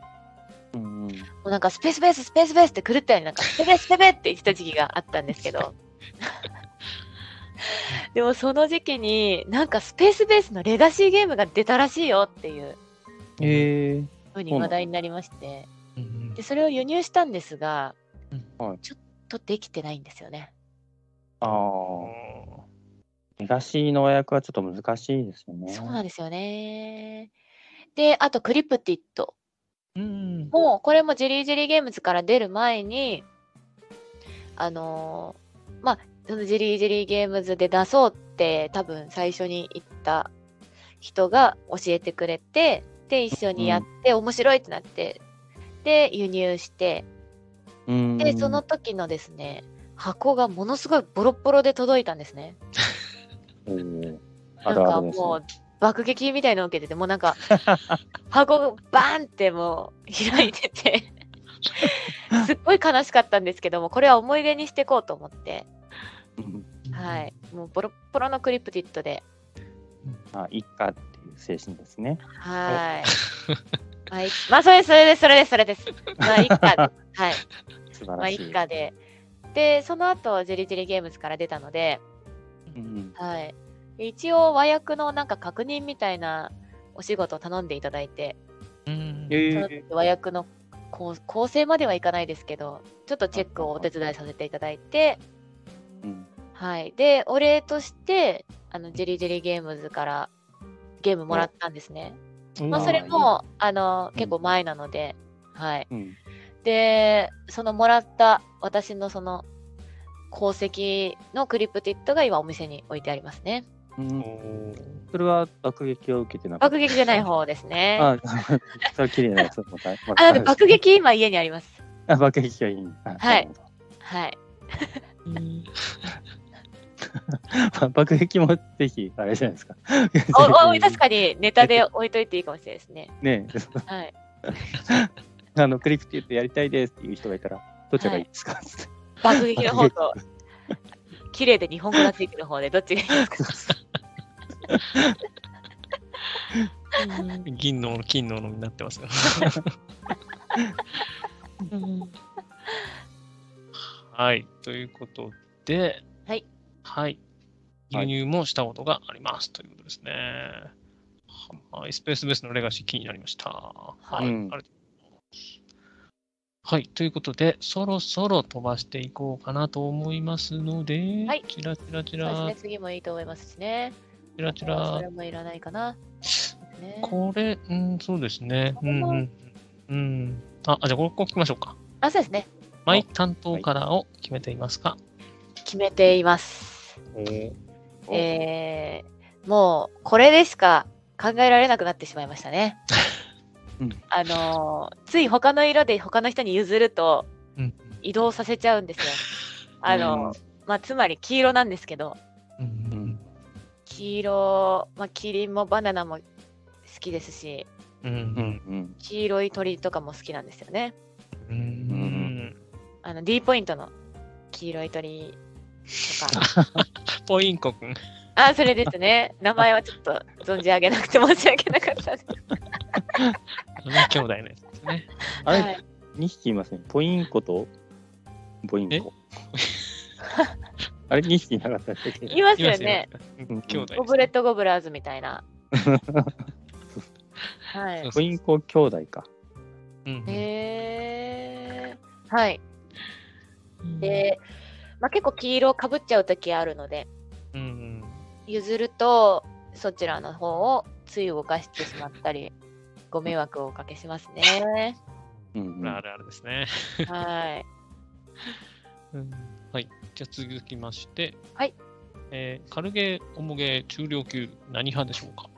S3: うんう
S2: も
S3: ん
S2: うなんかスペースベーススペースベースって狂ったようになんかスペベスペベって言ってた時期があったんですけ どでもその時期になんかスペースベースのレガシーゲームが出たらしいよっていう
S3: え
S2: 風に話題になりまして
S1: うん
S2: でそれを輸入したんですが、
S3: はい
S2: ちょっとできてないんですよね
S3: ー、ああ、東の和訳はちょっと難しいですよね。
S2: そうなんですよねであとクリプティット
S1: うん
S2: もうこれもジェリージェリーゲームズから出る前に、あのーまあ、そのジェリージェリーゲームズで出そうって多分最初に言った人が教えてくれて、で、一緒にやって面白いってなって、で、輸入して、
S3: うん
S2: で、その時のですね、箱がものすごいボロッボロで届いたんですね。
S3: うんあ
S2: なん
S3: る
S2: か
S3: あるですね
S2: もう爆撃みたいのを受けてて、もうなんか 箱がバーンってもう開いて て、すっごい悲しかったんですけども、これは思い出にしていこうと思って、
S3: うん
S2: はい、もうボロッボロのクリプティットで、
S3: あ、いっかっていう精神ですね。
S2: はい。まあい まあ、それです、それです、それです、それです。まあ、いっ か。はい。
S3: 素晴
S2: まあ、
S3: ら
S2: い
S3: しい。
S2: っかで。で、その後、ジェリジェリゲームズから出たので、
S3: うん
S2: はい。一応、和訳のなんか確認みたいなお仕事を頼んでいただいて、
S1: うん
S3: え
S2: その時
S3: ー
S2: 和訳の構構成まではいかないですけど、ちょっとチェックをお手伝いさせていただいて、
S3: うん
S2: はい。で、お礼として、あの、ジェリージェリーゲームズからゲームもらったんですね。まあ、
S3: うん
S2: それも、あの、
S3: うん
S2: 結構前なので、はい。
S3: うん
S2: で、そのもらった私のその、功績のクリプティットが今お店に置いてありますね。
S3: うん
S1: おー
S3: それは爆撃を受けてなかった。
S2: 爆撃じゃない方ですね。あ、
S3: あ、それ綺麗なやつ。またま
S2: だって
S3: た
S2: 爆撃今家にあります。
S3: あ爆撃がいいんだ。
S2: はい
S3: なるほど
S2: はい。
S3: まあ爆撃もぜひ、あれじゃないですか。
S2: おお確かにネタで置いといていいかもしれないですね。
S3: ねえ
S2: はい。
S3: あの、クリプティットやりたいですっていう人がいたら、どちらがいいですか、つって
S2: 爆撃の方と、綺麗で日本語がついてる方で、どっちがいいですか
S1: 銀の斧金の斧になってますよ。はい、ということで、
S2: はい。
S1: はい。
S3: は
S1: 輸
S3: い
S1: 入もしたことがありますということですね。はい、スペースベースのレガシー気になりました。はい、
S3: うん
S1: ありがとうございますはい、ということで、そろそろ飛ばしていこうかなと思いますので、
S2: はい
S1: チラチラチ
S2: そうです
S1: ラ
S2: ね、、次もいいと思いますしね。
S1: チラチ
S2: そ
S1: ラ
S2: れ。もいらないかな。ね、
S1: これ、うん、そうですね。
S2: こ
S1: う
S2: れ
S1: ん、
S2: も
S1: うん。うん、あ、あじゃあ、ここ聞きましょうか。
S2: あ、そうですね。
S1: マイ担当カラーを決めていますか、
S2: 決めています。
S3: お。
S2: えー、もう、これでしか考えられなくなってしまいましたね
S3: うん
S2: あのーつい他の色で他の人に譲ると
S1: うん。
S2: 移動させちゃうんですよ。あのーまあ、つまり黄色なんですけど、
S1: うん。
S2: 黄色、まあ、キリンもバナナも好きですし、
S1: うんうん
S3: うん
S2: 黄色い鳥とかも好きなんですよね。
S1: うんうん
S2: あの D ポイントの黄色い鳥と か。
S1: ポインコ くん。
S2: あ、それですね。名前はちょっと存じ上げなくて申し訳な かったです。
S1: 七兄弟のやつですね。
S3: あれ、
S2: はい、
S3: 2匹いますね。ポインコとボイン
S1: え
S3: コ。 あれ、2匹いなかったでしたっけ
S2: います
S1: い
S2: よ
S1: ますよ
S2: ね。
S1: うん兄弟ですね
S2: ゴブレット・ゴブラーズみたいな。は
S1: そう
S2: い。
S3: ポインコ兄弟か。
S1: うんうん
S2: へーはい。で、まあ、結構黄色かぶっちゃう時あるので、
S1: うんうん
S2: 譲るとそちらの方をつい動かしてしまったり、ご迷惑をおかけします ね。
S3: うんうん
S1: あるあるですね。
S2: はい。
S1: はい。じゃあ続きまして、
S2: はい。
S1: えー軽ゲー、重ゲー、中量級、何派でしょうか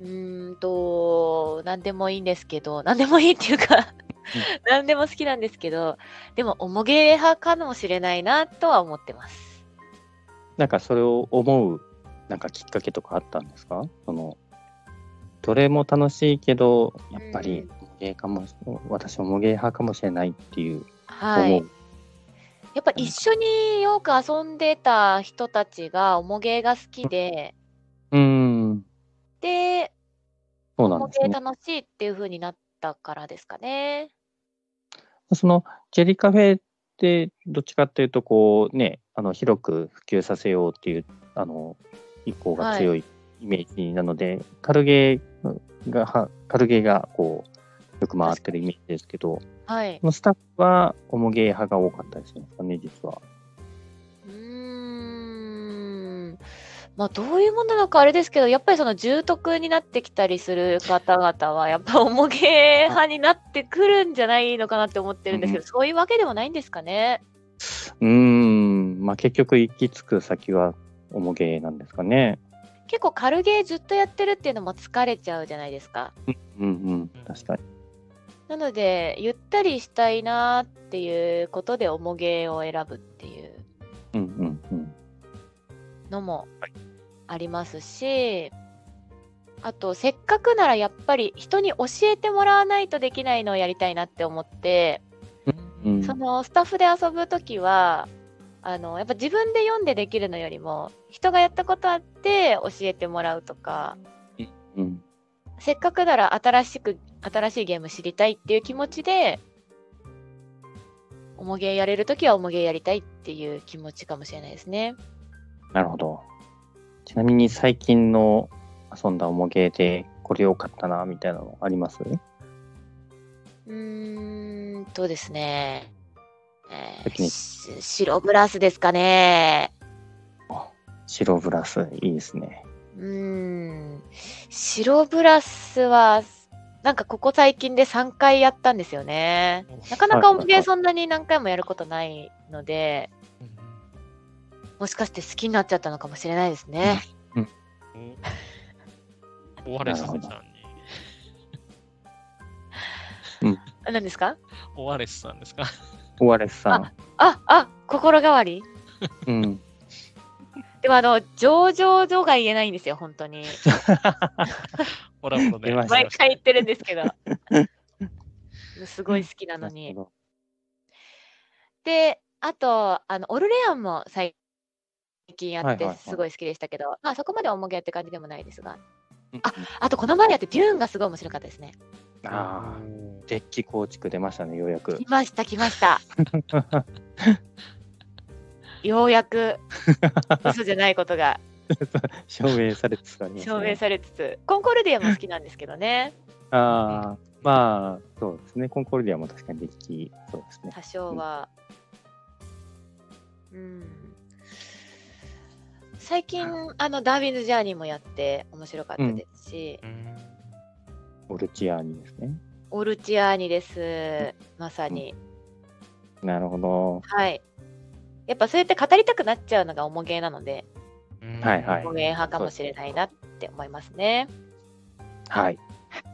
S2: うーんと、何でもいいんですけど、何でもいいっていうか、何でも好きなんですけど、でも、おもげ派かもしれないなとは思ってます。
S3: なんかそれを思うなんかきっかけとかあったんですかそのどれも楽しいけどやっぱ
S2: う
S3: り
S2: ん
S3: ゲーかもし私もゲー派かもしれないっていう思う、
S2: はい。やっぱ一緒によく遊んでた人たちが、おもげが好きで、
S3: うーん
S2: で、
S3: そう
S2: お
S3: なん
S2: も
S3: です
S2: げ
S3: ね
S2: 楽しいっていう風になったからですかね。
S3: そのジェリカフェってどっちかっていうとこうねあの広く普及させようっていうあの意向が強いイメージなので、軽ゲーがは軽ゲーがこうよく回ってるイメージですけど
S2: はい。
S3: のスタッフはおもげ派が多かったですね、実は。
S2: うーん。まあ、どういうものなのかあれですけど、やっぱりその重篤になってきたりする方々は、やっぱ重げ派になってくるんじゃないのかなって思ってるんですけど、
S3: う
S2: そういうわけでもないんですかね。
S3: うーん、まあ結局行き着く先はおもげなんですかね。
S2: 結構軽ゲーずっとやってるっていうのも疲れちゃうじゃないですか。
S3: うんうん、確かに。
S2: なので、ゆったりしたいなっていうことで重げを選ぶっていう
S3: うんうんうん。
S2: のもありますし、あと、せっかくならやっぱり人に教えてもらわないとできないのをやりたいなって思って、
S3: うん
S2: そのスタッフで遊ぶときはあのやっぱ自分で読んでできるのよりも人がやったことあって教えてもらうとか
S3: うん
S2: せっかくなら新しく新しいゲーム知りたいっていう気持ちでおもげやれるときはおもげやりたいっていう気持ちかもしれないですね。
S3: なるほど。ちなみに最近の遊んだおもげでこれ良かったなみたいなのあります
S2: うーんとですね、え
S3: 先
S2: ー、
S3: に
S2: し白ブラスですかね。
S3: 白ブラス、いいですね。
S2: うーん白ブラスはなんかここ最近で3回やったんですよね。なかなか
S3: は
S2: 音
S3: いはいはい
S2: 源そんなに何回もやることないので、もしかして好きになっちゃったのかもしれないですね。
S1: おわれすさんに
S3: な、うん
S2: 何ですか
S1: おわれすさん ですか
S3: オアレスさん。
S2: ああ心変わり
S3: うん。
S2: でもあの上々上が言えないんですよ本当に
S1: ほらほらで
S3: 出まし。た
S2: 毎回言ってるんです けどすごい好きなの
S3: な
S2: に
S3: るほど
S2: で、あと、あの、オルレアンも最近や
S3: は
S2: っ
S3: いはいは
S2: て
S3: い
S2: すごい好きでしたけど、まあそこまでは重げって感じでもないですが、
S3: うんうん
S2: あとこの前やってデューンがすごい面白かったですね。
S3: ああ、デッキ構築出ましたね、よう やく
S2: 来。ました来ました。ようや く嘘じゃないことが
S3: 証明されつつありますね。
S2: 証明されつつ、コンコルディアも好きなんですけどね、
S3: ああ、まあ、そうですね。コンコルディアも確かにでき、そうですね。
S2: 多少は。うん。最近、あの、ダーウィンズ・ジャーニーもやって面白かったですし、
S1: うん
S3: オルチアーニですね。
S2: オルチアーニです。まさに。
S3: なるほど。
S2: はい。やっぱそうやって語りたくなっちゃうのが重げなので、
S1: うん
S3: はいはい
S2: 重げ派かもしれないなって思います ね。
S3: はい。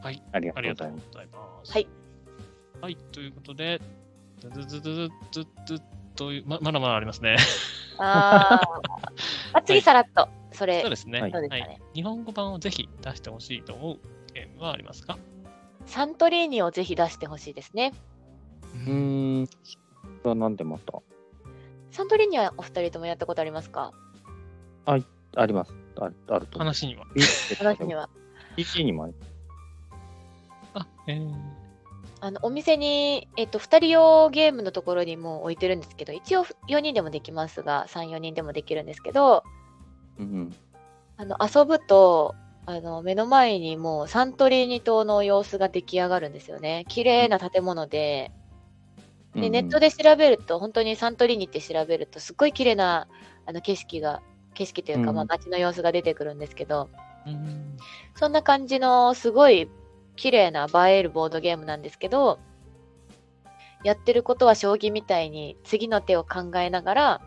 S1: はい。
S3: ありが
S1: あ
S3: とう
S1: りが
S3: ご
S1: と
S3: ざいうます。
S1: ございます。
S2: はい。
S1: はい、ということで、ずずずずずずずという、ままだまだありますね。
S2: あーあ。次、さらっと。それ
S1: そうですね、
S3: はい
S2: どうです
S1: は
S2: かね、
S1: い。日本語版をぜひ出してほしいと思うゲームはありますか
S2: サントリーニをぜひ出してほしいですね
S3: うーん。これはなんでまた
S2: サントリーニはお二人ともやったことありますか
S3: あります。あるあると思う。
S1: 話には。
S2: 私に。は
S3: PC にもある。
S1: あ、えー、
S2: あのお店に、えっと、2人用ゲームのところにもう置いてるんですけど一応4人でもできますが34人でもできるんですけど
S3: うん
S2: あの遊ぶとあの目の前にもうサントリーニ島の様子が出来上がるんですよね綺麗な建物で,、
S3: うん。
S2: でネット
S3: で。
S2: で調べると本当にサントリーニって調べるとすっごい綺麗なあの景色が景色というか、
S3: うん
S2: まあ、街の様子が出てくるんですけど、
S1: うん。
S2: そんな感じのすごい綺麗な映えるボードゲームなんですけど、やってることは将棋みたいに次の手を考えながら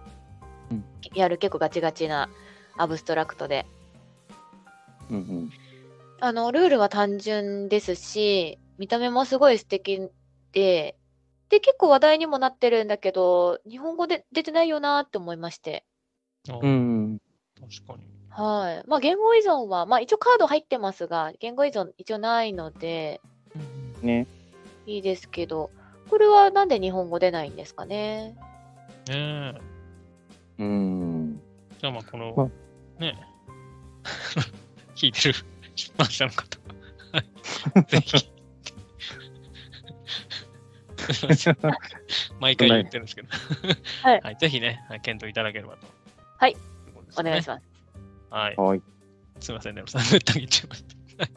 S3: うん
S2: やる結構ガチガチなアブストラクトで。
S3: うんうん。
S2: あの、ルールは単純ですし、見た目もすごい素敵で、で、結構話題にもなってるんだけど、日本語で出てないよなって思いまして。
S1: あ
S3: うん
S1: 確かに。
S2: はい。まあ、言語依存は、まあ一応カード入ってますが、言語依存一応ないので、
S1: うん
S3: うん。ね。
S2: いいですけど、これはなんで日本語出ないんですかね。
S1: ねえ。
S3: うん。
S1: じゃあまあこ
S3: は
S1: の、ね え、聞いてる出版社の方、 はいぜひ。すいません毎回言ってるんですけど、
S2: はい
S1: ぜひね、はい検討いただければと。
S2: はい
S1: お
S2: お願いします。
S1: す。はい。
S3: はい。
S1: すいませんね、サンぶった切っちゃいまし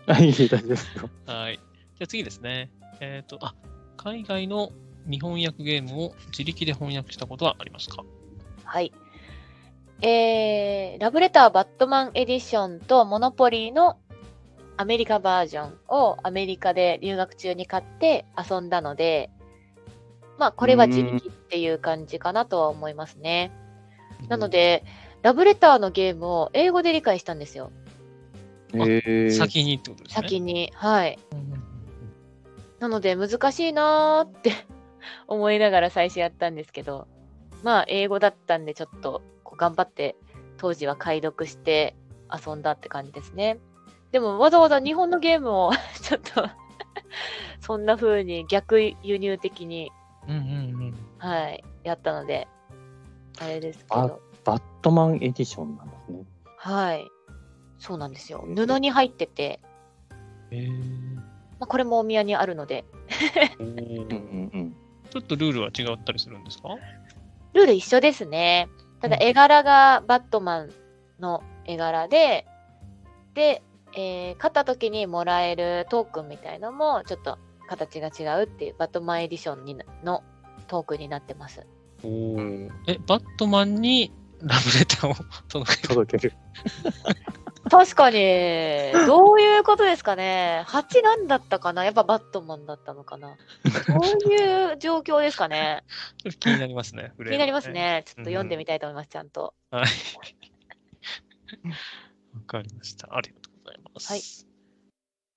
S3: はい、大丈夫ですよ。
S1: た。はい。じゃあ次ですね。えっ、と、あ、海外の日本訳ゲームを自力で翻訳したことはありますか
S2: はい。えー、ラブレターバットマンエディションとモノポリーのアメリカバージョンをアメリカで留学中に買って遊んだので、まあこれは自力っていう感じかなとは思いますね。なの、で、ラブレターのゲームを英語で理解したんですよ。
S3: へえ。
S1: 先にってことですね。
S2: 先に。はい。
S1: うんうんうん
S2: なので難しいなーって 思いながら最初やったんですけどまあ英語だったんでちょっとこう頑張って当時は解読して遊んだって感じですねでもわざわざ日本のゲームを ちょっとそんな風に逆輸入的に、
S1: うんうんうん。
S2: はい、やったのであれですけ
S3: あ
S2: ど
S3: バットマンエディションなんですね。
S2: はいそうなんですよ
S3: え
S2: 布に入ってて、
S1: えー
S2: まあ、これもお宮にあるので
S3: うんうん
S1: ちょっとルールは違ったりするんですか
S2: ルール一緒ですね。ただ
S1: うん
S2: 絵柄がバットマンの絵柄で、で、えー勝った時にもらえるトークンみたいのもちょっと形が違うっていうバットマンエディションになのトークンになってます。
S3: うん。
S1: え、バットマンにラブレターを 届ける。
S3: 届ける。
S2: 確 かに、どういうことですかね。8なんだったかなやっぱバットマンだったのか なそういう状況ですかね。
S1: ちょっと気になりますね。
S2: 気になります
S1: フレー
S2: ね。ちょっと読んでみたいと思います、ちゃんと。
S1: ムはね。はい。わかりました。ありがとうございます。
S2: はい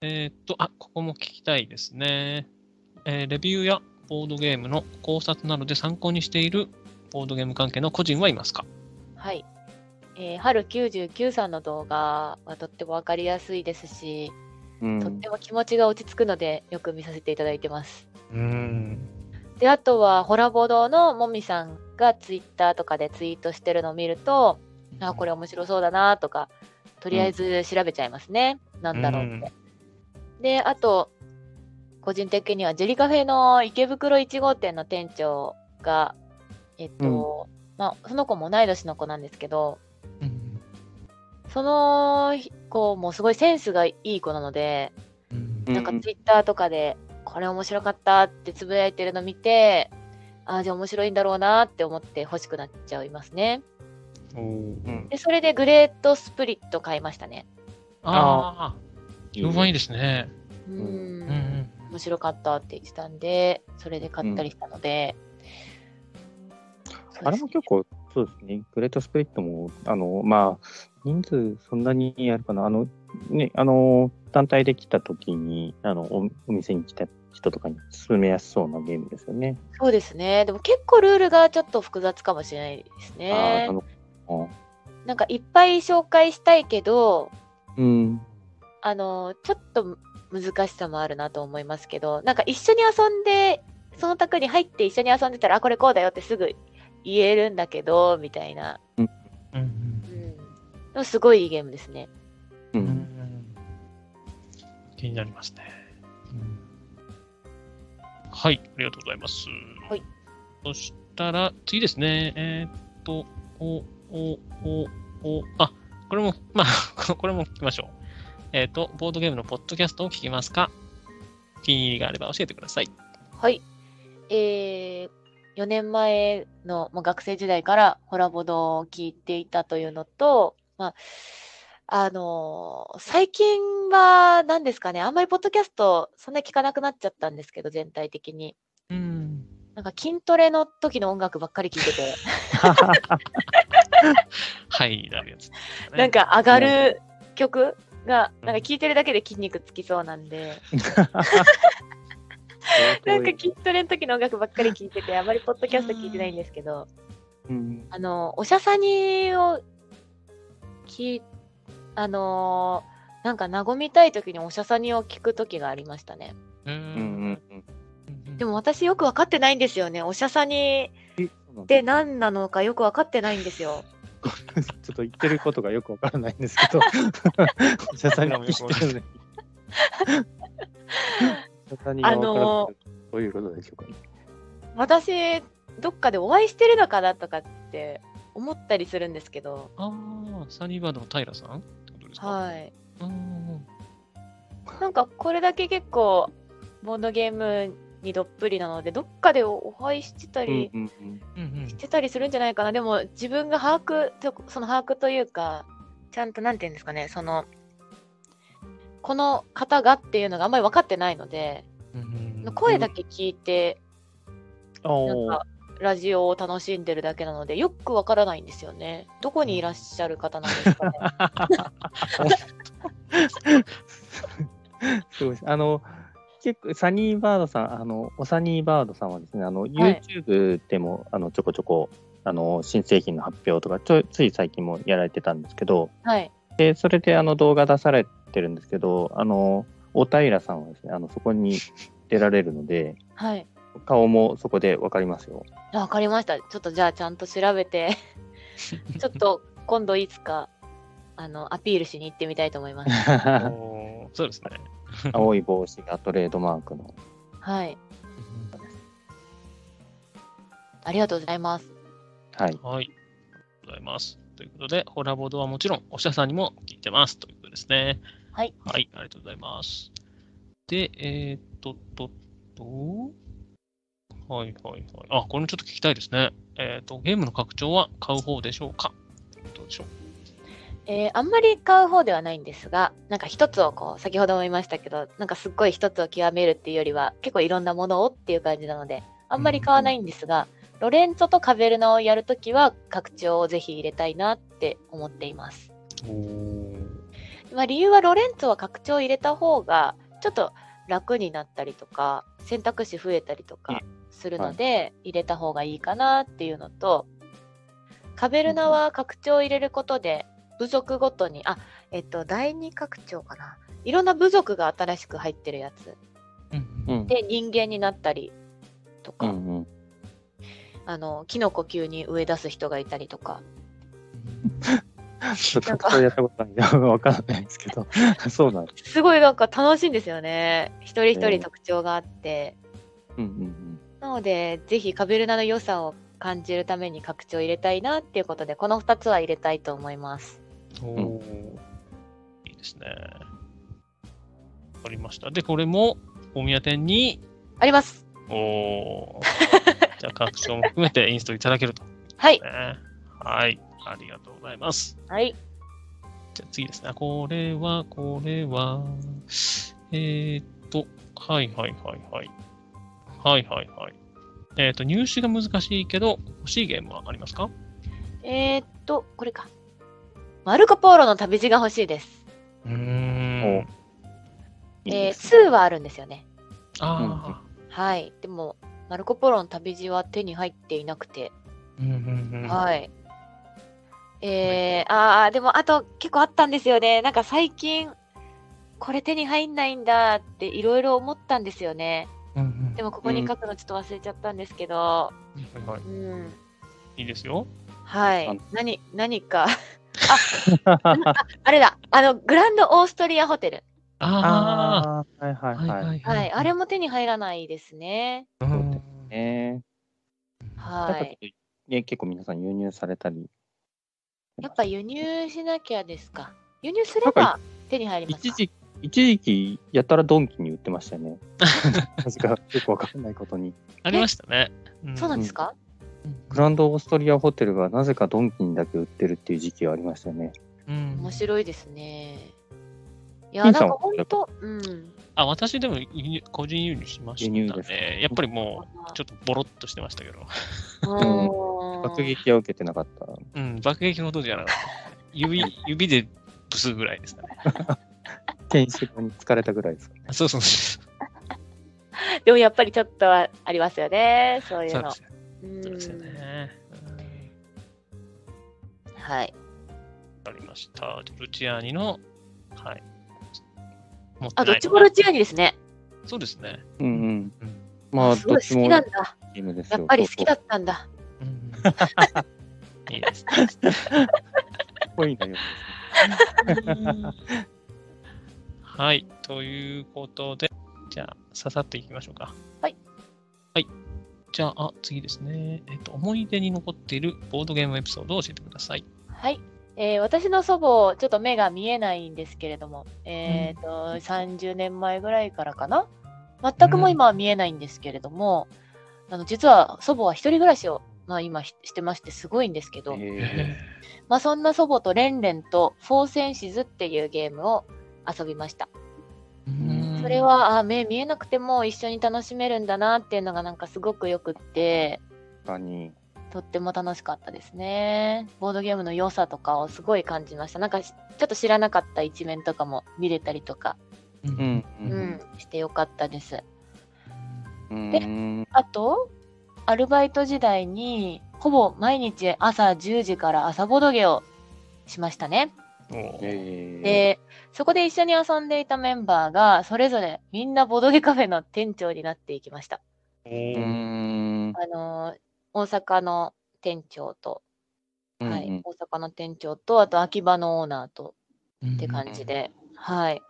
S1: えーっと、あ、ここも聞きたいですね。えーレビューやボードゲームの考察などで参考にしているボードゲーム関係の個人はいますか
S2: はい。えー、春99さんの動画はとってもわかりやすいですし、
S3: うん
S2: とっても気持ちが落ち着くので、よく見させていただいてます。
S1: うん。
S2: で、あとは、ホラボドのもみさんがツイッターとかでツイートしてるのを見ると、あ、これ面白そうだなとか、とりあえず調べちゃいますね。なんだろうって。で、あと、個人的には、ジェリカフェの池袋1号店の店長が、えっと、まあ、その子も同い年の子なんですけど、
S1: うん。
S2: その子もすごいセンスがいい子なので、
S1: うん
S3: うん
S2: なんかツイッターとかで、これ面白かったってつぶやいてるの見て、ああ、じゃあ面白いんだろうなって思って欲しくなっちゃいますね。
S3: うん
S2: で、それでグレートスプリット買いましたね。
S1: ああ、
S3: いい
S1: 評
S3: ね
S1: 判いいですね。
S2: う
S3: うん
S1: うんうん
S2: ん。面白かったって言ってたんで、それで買ったりしたので。そうですね
S3: あれも結構、そうですね、グレートスプリットも、あの、まあ、人数そんなにやるかな、あの、ね、あの、団体で来た時に、あの、おお店に来た人とかに勧めやすそうなゲームですよね。
S2: そうですね。でも結構ルールがちょっと複雑かもしれないです
S3: ああ、な
S2: ね。
S3: るほど。
S2: なんかいっぱい紹介したいけど、
S3: うん。
S2: あの、ちょっと難しさもあるなと思いますけど、なんか一緒に遊んで、その卓に入って一緒に遊んでたら、あ、これこうだよってすぐ言えるんだけど、みたいな。
S1: うん
S2: うん。でもすごいいいゲームですね。
S3: う。
S1: うんん気になりますね。うんはい、ありがとうございます。
S2: はい。
S1: そしたら、次ですね。えーっと、お、お、お、お、あ、これも、まあ、 ここれも聞きましょう。えーっと、ボードゲームのポッドキャストを聞きますかお気に入りがあれば教えてください。
S2: はい。えー、4年前のもう学生時代からホラボドを聞いていたというのと、まあ、あのー最近は何ですかね、あんまりポッドキャストそんなに聞かなくなっちゃったんですけど、全体的に。
S1: うん。
S2: なんか筋トレの時の音楽ばっかり聞いてて、
S1: はい、なるやつ、
S2: なん、か上がる曲が、なんか聞いてるだけで筋肉つきそうなんで、なんか筋トレの時の音楽ばっかり聞いてて、あまりポッドキャスト聞いてないんですけど、
S3: うん。
S2: あの、おしゃさにを、き、あのーなんか和みたい時におしゃさにを聞く時がありましたね。
S1: う。
S3: うんんうん。
S2: でも私よくわかってないんですよね。おしゃさにって何なのかよくわかってないんですよ。
S3: ちょっと言ってることがよくわからないんですけど、 お医者さんに聞いて るね。お医者さんに分からなくてどういうことでしょうかね。
S2: 私、どっかでお会いしてるのかなとかって思ったりするんですけど、
S1: ああ、サニーバードの平さんってことですか
S2: はい。
S1: い。うん
S2: なんかこれだけ結構、ボードゲームにどっぷりなので、どっかでお会いしてたり、
S3: うんうんうん
S1: うんうん
S2: し。てたりするんじゃないかな。でも自分が把握と、その把握というか、ちゃんとなんて言うんですかね、その、この方がっていうのがあんまり分かってないので、声だけ聞いて、なん
S3: おー
S2: かラジオを楽しんでるだけなので、よく分からないんですよね。どこにいらっしゃる方なんですかね。
S3: すごいですあの結構サニーバードさんあのおサニーバードさんはですねあの YouTube でも、あのちょこちょこあの新製品の発表とかちょつい最近もやられてたんですけど
S2: はい。
S3: でそれであの動画出されてるんですけどあのお平さんはですねあのそこに出られるので
S2: はい。
S3: 顔もそこでわかります よ。
S2: あ分かりました。ちょっとじゃあちゃんと調べて、ちょっと今度いつか、あの、アピールしに行ってみたいと思います。
S1: おー そうですね。
S3: 青い帽子がトレードマークの。
S2: はい。ありがとうございます。
S3: はい。
S1: はい。ありがとうございます。ということで、ホラボードはもちろん、おしゃさんにも聞いてます。ということですね。
S2: はい。
S1: はい、ありがとうございます。で、えー、っと、と、っと、はいはいはい。あ、これもちょっと聞きたいですね。えーっと、ゲームの拡張は買う方でしょうかどうでしょう
S2: えーあんまり買う方ではないんですがなんか一つをこう先ほども言いましたけどなんかすっごい一つを極めるっていうよりは結構いろんなものをっていう感じなのであんまり買わないんですが、ロレンツォとカベルナをやるときは拡張をぜひ入れたいなって思っています、まあ、理由はロレンツォは拡張を入れた方がちょっと楽になったりとか選択肢増えたりとかするので入れた方がいいかなっていうのと、カベルナは拡張を入れることで部族ごとにあえっと第二拡張かないろんな部族が新しく入ってるやつ
S1: うん
S3: うん。
S2: で人間になったりと
S3: う
S2: か、
S3: んうん、
S2: あのキノコ級に植え出す人がいたりとか
S3: ちょっと格闘やったことないんでわからないですけど、 そうなんです。
S2: すごいなんか楽しいんですよね一人一
S3: ええ
S2: 人特徴があって、
S3: うんうん
S2: なのでぜひカベルナの良さを感じるために拡張を入れたいなっていうことでこの2つは入れたいと思います
S1: おーいいですね。わかりました。で、これも、お宮店に、
S2: あります
S1: おーじゃあ、拡張も含めてインストいただけると、ね。
S2: はい
S1: はい。ありがとうございます。
S2: はい
S1: じゃあ次ですね。これは、これは、えーっと、はいはいはいはい。はいはいはい。えーっと、入手が難しいけど、欲しいゲームはありますか
S2: えー、っとこれかマルコ・ポーロの旅路が欲しいです
S1: うーん。
S3: うん。いい
S2: えー、
S3: です
S2: 2はあるんですよね
S1: あ
S2: はい、でも、マルコ・ポロの旅路は手に入っていなくて、
S1: あ。うんうんうん。
S2: はい。えー、ああ、でもあと結構あったんですよね。なんか最近、これ手に入んないんだっていろいろ思ったんですよね。
S1: うんうん
S2: でもここに書くのちょっと忘れちゃったんですけど、
S1: はいは
S2: うん、
S1: い、いいですよ。
S2: は
S3: あ
S2: い
S3: の。
S2: 何、何か。 あれだ、あの、グランドオーストリアホテル。
S1: あ
S3: あー、はい
S1: あ、
S3: はいはい。
S1: い
S2: はい。あれも手に入らないですね。
S1: うん
S3: ねやっ
S2: は
S3: ぱちょっ
S2: い。
S3: とね、結構皆さん輸入されたり。
S2: やっぱ輸入しなきゃですか。輸入す
S3: な
S2: れ
S3: んか
S2: ば手に入りますか
S3: 一時一時期、やたらドンキに売ってましたよ ね。なぜかよくわかんないことに。
S1: ありましたね。
S2: そうなんですか、
S3: グランドオーストリアホテルがなぜかドンキにだけ売ってるっていう時期がありましたよね。
S1: うん
S2: 面白いですね。いや、
S3: 金
S2: なん
S3: さん
S2: か
S3: は
S2: 本当、うん。
S1: あ、私でも輸入個人輸入しました
S3: 輸入ですか
S1: ね。やっぱりもう、ちょっとボロっとしてましたけど。
S3: ん
S2: う
S3: 爆撃は受けてなかった。
S1: うん、爆撃ほどじゃなかった。 指、指でブスぐらいですかね。
S3: ケンシロウに疲れたぐらいですかね。
S1: あそうそうそう。
S2: でもやっぱりちょっとはありますよね、そういう
S1: そうで
S2: の
S1: す。よねそうですよ
S2: うん
S1: ね。
S2: はい。
S1: わかりました。ドルチアーニの、はい。持って
S2: あ、ど
S1: な
S2: っ
S1: い
S2: ちもどっちがいいですね。
S1: そうですね。
S3: うんうん。
S1: うん
S3: まあ、
S2: す
S3: ど
S2: ご
S3: っ
S2: い
S3: ち
S2: 好
S3: も
S2: きなんだ。
S3: ゲームです
S2: や
S3: よ。
S2: っぱり好きだったんだ。
S1: うん、いいですね。
S3: っぽいのよ。
S1: はい。ということで、じゃあ、ささっていきましょうか。
S2: はい。
S1: はい。じゃあ、あ次ですね。えっと、思い出に残っているボードゲームエピソードを教えてください。
S2: はい。えー私の祖母、ちょっと目が見えないんですけれども、えっ、と、30年前ぐらいからかな。全くもう今は見えないんですけれども、あの実は祖母は一人暮らしを、まあ、今ししてましてすごいんですけど、
S3: え
S2: まあ、そんな祖母とレンレンとフォーセンシズっていうゲームを遊びました。
S1: うん
S2: それ、はあ目見えなくても一緒に楽しめるんだなっていうのがなんかすごくよくって
S3: ー、他に。
S2: とっても楽しかったですねボードゲームの良さとかをすごい感じましたなんかしちょっと知らなかった一面とかも見れたりとか、
S1: う
S3: うんん。
S2: うんしてよかったです
S3: うん。
S2: で
S3: うん
S2: あとアルバイト時代にほぼ毎日朝10時から朝ボードゲをしましたね
S1: おー
S3: え
S2: でそこで一緒に遊んでいたメンバーがそれぞれみんなボードゲカフェの店長になっていきました
S1: おー
S3: ーうん。
S2: あのー大阪の店長と、
S3: うん
S2: はい
S3: うん
S2: 大阪の店長とあと秋葉のオーナーとって感じで、はい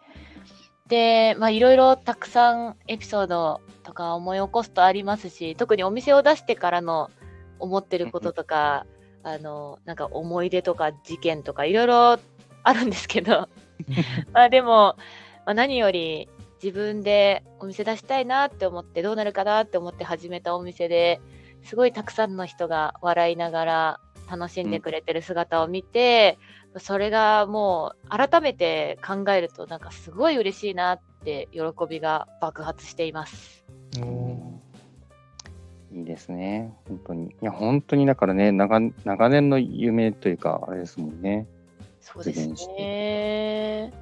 S2: でまあいろいろたくさんエピソードとか思い起こすとありますし特にお店を出してからの思ってることとか、あのーなんか思い出とか事件とかいろいろあるんですけどまあでも、まあ、何より自分でお店出したいなって思ってどうなるかなって思って始めたお店ですごいたくさんの人が笑いながら楽しんでくれてる姿を見て、それがもう改めて考えるとなんかすごい嬉しいなって喜びが爆発しています。
S1: お
S3: いいですね。本当に。いや、本当にだからね、長長年の夢というか、あれですもんね。
S2: そうです
S3: 実現し
S2: ね。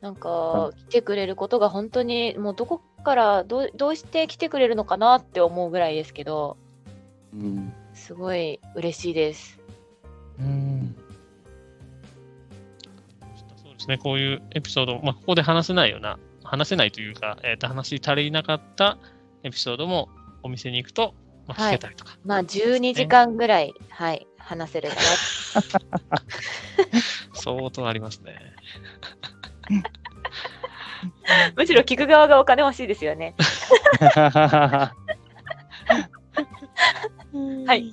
S2: なん
S3: は
S2: か来てくれることが本当にもうどこからどうどうして来てくれるのかなって思うぐらいですけど
S3: うん。
S2: すごい嬉しいです。
S1: ーうんそうですね、こういうエピソード、まあ、ここで話せないような、話せないというか、えー、と話し足りなかったエピソードもお店に行くと、まあ、聞けたりとか、
S2: まあ12時間ぐらい、はい、話せるかな。
S1: 相当ありますね。
S2: むしろ聞く側がお金欲しいですよね。。
S1: はい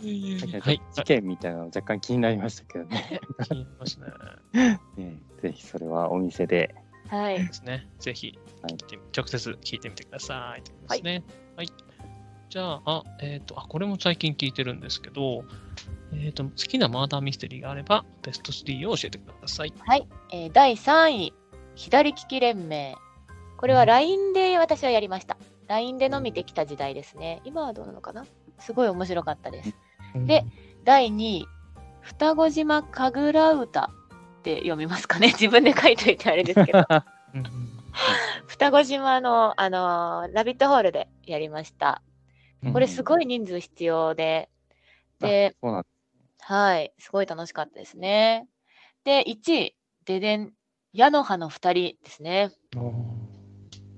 S1: はい。
S3: 事件みたいなの若干気になりましたけどね。
S1: 気になりますね。
S3: ねぜひそれはお店 で。
S2: はい。
S1: ですね。ぜひ
S3: はい
S1: 聞いてみ、直接聞いてみてください。ということですね。はい。じゃあ、あえっ、と、あ、これも最近聞いてるんですけど、えっ、と、好きなマーダーミステリーがあれば、ベスト3を教えてください。
S2: えー第3位、左利き連盟。これは LINE で私はやりました。LINE で飲みてきた時代ですね。今はどうなのかなすごい面白かったです。で、第2位、双子島神楽歌って読みますかね。 自分で書いといてあれですけ ど。
S1: うん、
S2: 双子島の、あのーラビットホールでやりました。これす
S3: い。
S2: ごい人数必要で、で、
S3: そうなん
S2: はい、すごい楽しかったですね。で、1位、ででん、矢の葉の2人ですね。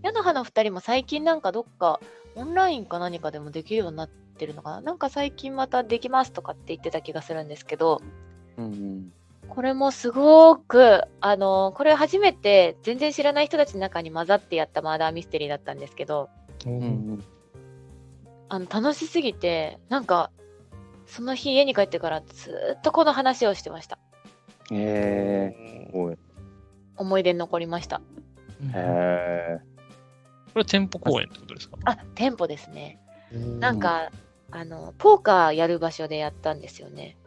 S2: 矢の葉の2人も最近なんかどっかオンラインか何かでもできるようになってるのかななんか最近またできますとかって言ってた気がするんですけど、
S3: うん
S2: これもすごく、あの、これ初めて全然知らない人たちの中に混ざってやったマーダーミステリーだったんですけど、
S3: うんうん
S2: あの、楽しすぎて、なんか、その日家に帰ってからずっとこの話をしてました。
S3: へえすごい
S2: 思い出に残りました。
S3: へえ
S1: これ店舗公演ってことですか
S2: あ、店舗ですね。
S1: な
S2: なんか、あの、ポーカーやる場所でやったんですよね。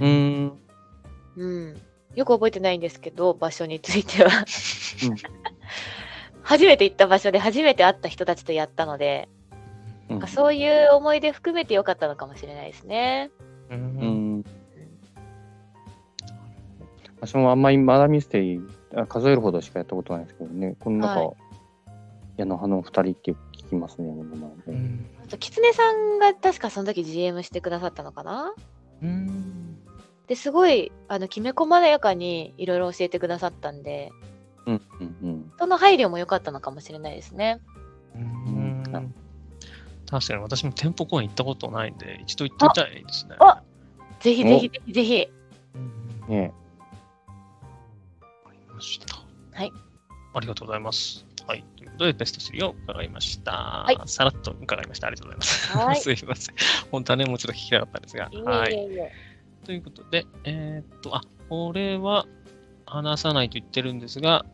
S3: うん
S2: うん。よく覚えてないんですけど、場所については。
S3: うん
S2: 初めて行った場所で初めて会った人たちとやったので、
S3: うん
S2: なんかそういう思い出含めてよかったのかもしれないですね。
S1: う
S3: うんん私もあんまりマダミステリーあ数えるほどしかやったことないですけどね、この中、
S2: は
S3: 矢野派の二人ってよく聞きますね、この前ね。
S2: あと、狐さんが確かその時 GM してくださったのかな
S1: うん
S2: ですごい、あの、きめ細やかにいろいろ教えてくださったんで、
S3: うんうん
S2: その配慮も良かったのかもしれないですね。
S1: うん
S3: あ
S1: 確かに私も店舗公演行ったことないんで、一度行ってみたいですね。
S2: あぜひぜひぜひぜひ。
S1: うん
S3: うん。ね
S1: わかりました。
S2: はい。
S1: ありがとうございます。はい。ということで、ベスト3を伺いました。
S2: い
S1: さらっと伺いました。ありがとうございます。
S2: はい
S1: すいません。本当はね、もうちょっと聞きたかったんですが。
S2: いい
S1: は
S2: え
S1: い。
S2: いいえ
S1: ということで、えーっと、あ、これは話さないと言ってるんですが、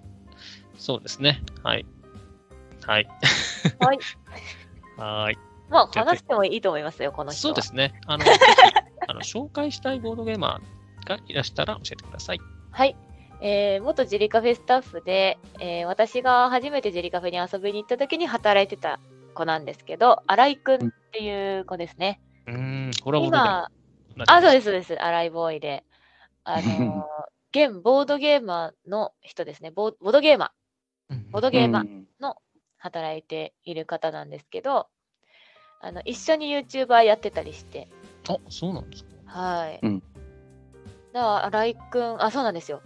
S1: そうですね。はい。はい。
S2: はい。
S1: はーい。
S2: まあ、話してもいいと思いますよ、この人
S1: そう
S2: は。
S1: ですね。 あの、ぜひあの紹介したいボードゲーマーがいらしたら教えてください。
S2: はい。えー元ジェリカフェスタッフで、えー私が初めてジェリカフェに遊びに行った時に働いてた子なんですけど、新井くんっていう子ですね。
S1: うーん、これはボードゲーマ
S2: 今、
S1: ー
S2: あ、そう
S1: う
S2: です、そうです。新井ボーイで。あのー、現ボードゲーマーの人ですね。ボーボードゲーマー、ボード
S3: う
S2: ゲー
S3: ん
S2: マー、働いている方なんですけど、あの、一緒に YouTuber やってたりして、
S1: あ、そうなんですか。
S2: はい。
S3: うん
S2: だから、新井くん、あ、そうなんですよ。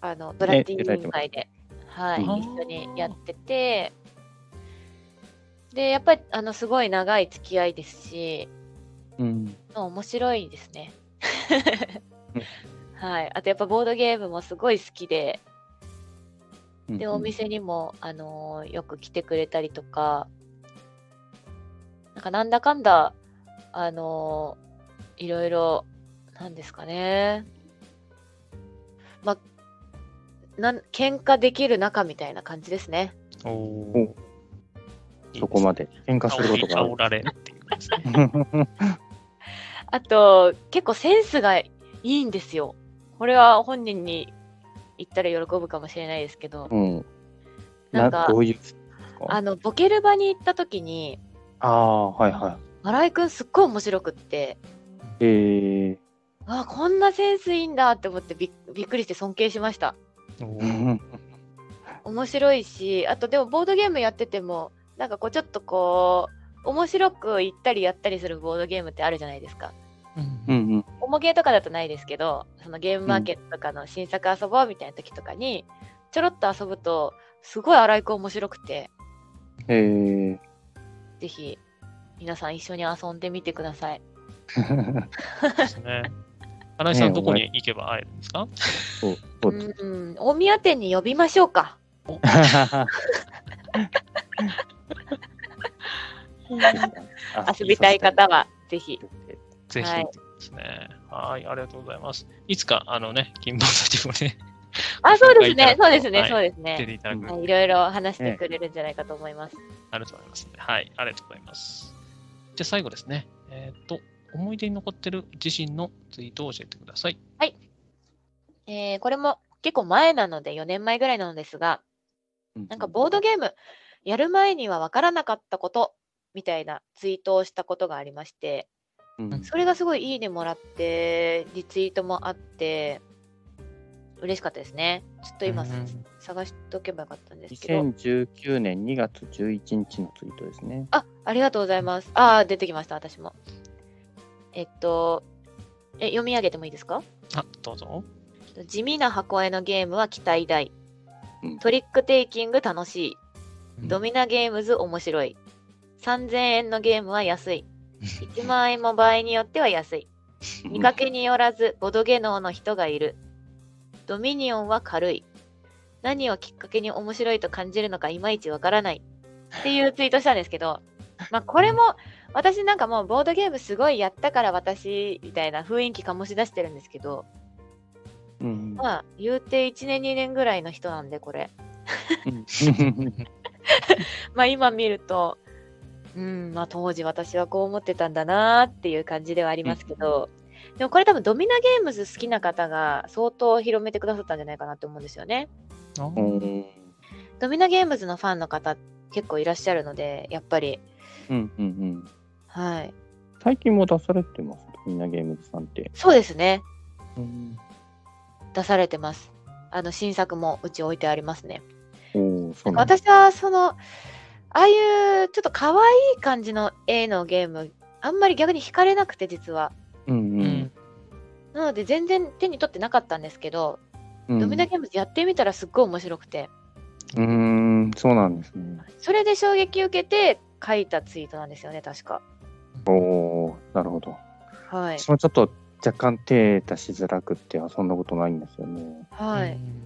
S2: あの、ブラッディ
S3: いた
S2: 委
S3: だいて
S2: 員
S3: ます
S2: 会で、はい、
S3: うん
S2: 一緒にやってて、で、やっぱり、あの、すごい長い付き合いですし、
S3: うん
S2: 面白いですね。はい。あと、やっぱ、ボードゲームもすごい好きで、
S3: うん
S2: で、お店にも、あのーよく来てくれたりとか、なんか、なんだかんだ、あのーいろいろ、なんですかね。まあ、なん、喧嘩できる仲みたいな感じですね。
S1: お
S3: お
S1: お。
S3: そこま
S1: で。
S3: で喧嘩することがあ
S1: 煽られるっていうことですね。
S3: る。
S2: あと、結構センスがいいんですよ。これは本人に言ったら喜ぶかもしれないですけど、
S3: うん、
S2: なんか
S3: ど、ういう
S2: あの、ボケる場に行った時に、
S3: ああはいは
S2: 新井くんすっごい面白くって、
S3: い。ええ
S2: あこんなセンスいいんだって思ってびっびっくりして尊敬しました
S1: お
S3: う
S1: ー
S3: ん
S2: 面白いしあとでもボードゲームやっててもなんかこうちょっとこう面白く言ったりやったりするボードゲームってあるじゃないですか
S3: うんうん
S2: おもげとかだとないですけどそのゲームマーケットとかの新作遊ぼうみたいな時とかに、ちょろっと遊ぶとすごい荒井くん面白くて
S3: ええ
S2: ぜひ皆さん一緒に遊んでみてください
S1: ですね。新井さん、どこに行けば会えるんですか
S3: そうそううです
S2: ん大宮店に呼びましょうか遊びたい方はぜひ
S1: ぜひ
S2: はい
S1: ですね。はい、ありがとうございます。いつか、あのね、金棒たちもね、
S2: あそうですね
S1: ご
S2: そう
S1: 紹介い
S2: で
S1: ただくと
S2: すね、
S1: はい
S2: そうですね
S1: 出ていただく、
S3: うん
S2: はい、いろいろ話してくれるんじゃないかと思います。
S1: あると思いますので。はい、ありがとうございます。じゃあ、最後ですね。えっ、と、思い出に残ってる自身のツイートを教えてください。
S2: えーこれも結構前なので、4年前ぐらいなのですが、なんかボードゲームやる前には分からなかったことみたいなツイートをしたことがありまして、
S3: うん
S2: それがすごいいいねもらって、リツイートもあって、嬉しかったですね。ちょっと今、
S1: うん
S2: 探しとけばよかったんですけど。
S3: 2019年2月11日のツイートですね。
S2: あ、ありがとうございます。あー、出てきました、私も。えっと、え読み上げてもいいですか
S1: あ、どうぞ。
S2: 地味な箱絵のゲームは期待大、
S3: うん
S2: トリックテイキング楽しい、
S1: うん
S2: ドミナゲームズ面白い3000円のゲームは安い1万円も場合によっては安い見かけによらずボドゲノーの人がいるドミニオンは軽い何をきっかけに面白いと感じるのかいまいちわからないっていうツイートしたんですけど、まあ、これも私なんかもうボードゲームすごいやったから私みたいな雰囲気醸し出してるんですけど、
S3: うん
S2: まあ、言うて1年2年ぐらいの人なんで、これ。まあ、今見ると、うん、まあ、当時私はこう思ってたんだなっていう感じではありますけど、でもこれ多分ドミナゲームズ好きな方が相当広めてくださったんじゃないかなと思うんですよね。
S1: あ
S3: う
S1: ー
S3: ん
S2: ドミナゲームズのファンの方結構いらっしゃるので、やっぱり、
S3: うんうんうん
S2: はい。
S3: 最近も出されてますみんなゲームズさんって。
S2: そうですね。
S3: うん、
S2: 出されてます。あの、新作もうち置いてありますね。
S3: おお、そうなんだ。
S2: 私はそのああいうちょっと可愛い感じの絵のゲームあんまり逆に惹かれなくて実は
S3: うんうん
S2: なので全然手に取ってなかったんですけど、
S3: うん。
S2: ドミナゲームズやってみたらすっごい面白くて
S3: うーん、そうなんですね。
S2: それで衝撃受けて書いたツイートなんですよね確か
S3: おおー、なるほど。
S2: はい
S3: 私もちょっと若干手出しづらくって遊んだことないんですよね。
S2: はい、
S1: うん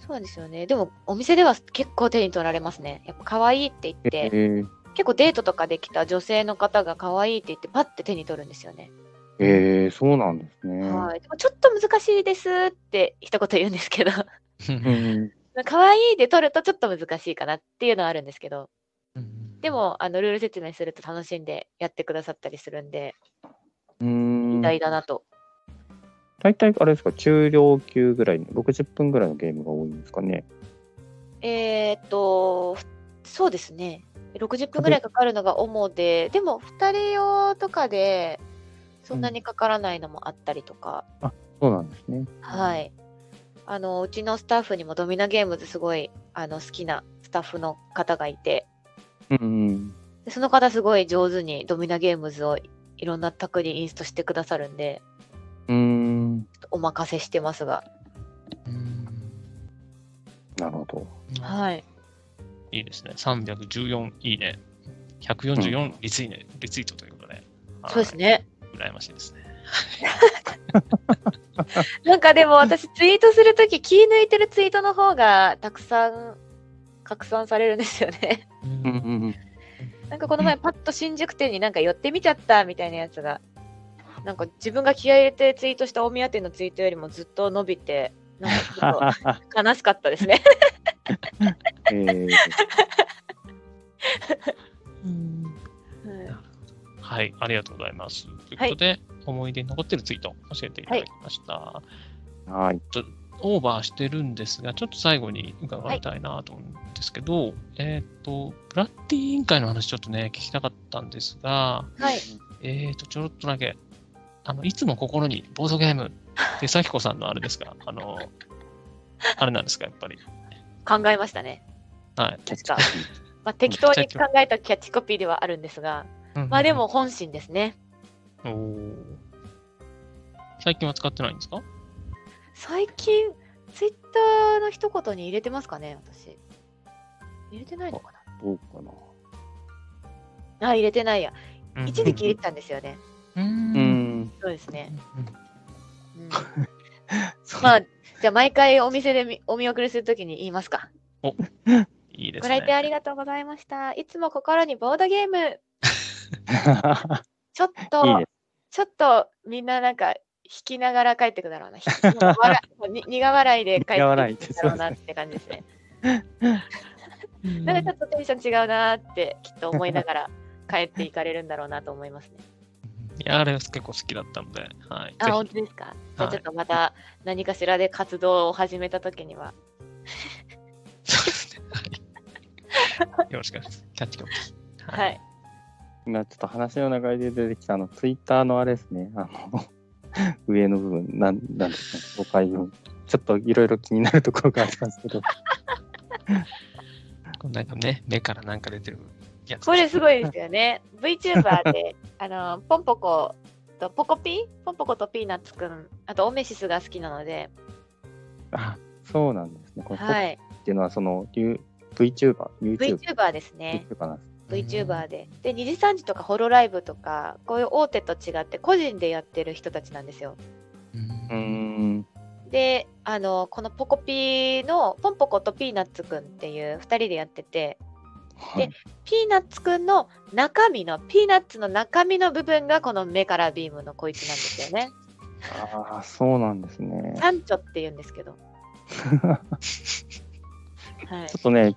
S2: そうなんですよねでもお店では結構手に取られますねやっぱ可愛いって言っ
S3: え
S2: て結構デートとかできた女性の方が可愛いって言ってパッて手に取るんですよね
S3: えー、そうなんですね。
S2: はい、でもちょっと難しいですって一言言うんですけど
S3: うん
S2: 可愛いで撮るとちょっと難しいかなっていうのはあるんですけどで、
S1: うん
S2: もあのルール説明すると楽しんでやってくださったりするんで
S3: うーん
S2: 偉大だなと、
S3: 大体あれですか、中量級ぐらい、60分ぐらいのゲームが多いんですかね。
S2: えーっとふそうですね60分ぐらいかかるのが主ででも2人用とかでそんなにかからないのもあったりとか、
S3: そうなんですね。
S2: はいあのうちのスタッフにもドミナゲームズすごいあの好きなスタッフの方がいて
S3: うん
S2: でその方すごい上手にドミナゲームズをいろんな卓にインストしてくださるんで、
S3: うん。うーん。
S2: ちょっとお任せしてますが。
S3: なるほど。
S2: はい。
S1: いいですね。314いいね。144リツイ,、ねリツイートということで。
S2: そうですね。
S1: はい。羨ましいですね。
S2: なんかでも私ツイートするとき気抜いてるツイートの方がたくさん拡散されるんですよね。
S3: うんうん
S2: なんかこの前パッと新宿店になんか寄ってみちゃったみたいなやつが、なんか自分が気合い入れてツイートした大宮店のツイートよりもずっと伸びて、なんかちょっ
S3: う
S2: と悲しかったですね。
S3: ん。 えー、
S2: はい
S1: はい、ありがとうございます。ということで、思い出に残ってるツイート教えていただきました。
S3: はい。
S1: オーバーしてるんですが、ちょっと最後に伺いたいなと思うんですけど、えっ、と、プラッティ委員会の話ちょっとね、聞きたかったんですが、
S2: はい。
S1: えっ、と、ちょろっとだけ、あの、いつも心にボードゲームで、さきこさんのあれですか、 あの、あれなんですか、やっぱり。
S2: 考えましたね。
S1: はい。
S3: キャッチ
S2: 確か
S3: コピー
S2: まあ、適当に考えたキャッチコピーではあるんですが、まあでも本心ですね。
S1: おー、最近は使ってないんですか
S2: 最近、ツイッターの一言に入れてますかね、私。入れてないのか
S3: どうかな。
S2: なあ、入れてないや。一時期入れてたんですよね。
S1: う。
S3: うんん。
S2: そうですね。 うん、
S3: そう
S2: まあ、じゃあ毎回お店でみお見送りするときに言いますか。
S1: いいで
S2: ご
S1: す
S2: 来店あ
S1: ね。
S2: りがとうございました。いつも心にボードゲーム。ちょっと、
S3: いいね
S2: ちょっとみんななんか、引きながら帰ってくだろうな。引きもう笑 いもうに苦笑いで帰ってく
S3: 苦笑い
S2: だろうなって感じですね。なんか
S1: う
S2: ちょっとテンション違うなーってきっと思いながら帰っていかれるんだろうなと思いますね。
S1: んいや、あれ結構好きだったので、はい。
S2: あ、
S1: ぜ
S2: 本当ですか。じゃ
S1: は
S2: あ
S1: い
S2: ちょっとまた何かしらで活動を始めた時には。
S1: ひそうですね。はい。よろしくお願いします。キャッチコピー。。
S2: はいい。
S3: 今ちょっと話の流れで出てきたあのツイッターのあれですねあの 上の部分なんなんですかね公開をちょっといろいろ気になるところがあったんですけど
S1: こんなね、目からなんか出てるやつ。
S2: これすご
S1: い。
S2: いですよね。VTuber で、あの、ポンポコとポコピーポンポコとピーナッツくんあとオメシスが好きなので
S3: あそうなんですね。このポ
S2: は
S3: ップ
S2: い
S3: っていうのは、その、ゆ VTuber、YouTube、
S2: VTuber ですね
S3: VTuber なんです
S2: VTuber でで2時3時とかホロライブとかこういう大手と違って個人でやってる人たちなんですよ
S3: うーん。
S2: であのこのポコピーのポンポコとピーナッツくんっていう2人でやってて
S3: はい
S2: ピーナッツくんの中身のピーナッツの中身の部分がこの目からビームの小一なんですよね
S3: ああ、そうなんですね。 ちょ
S2: 三丁って言うんですけどはい
S3: っとね、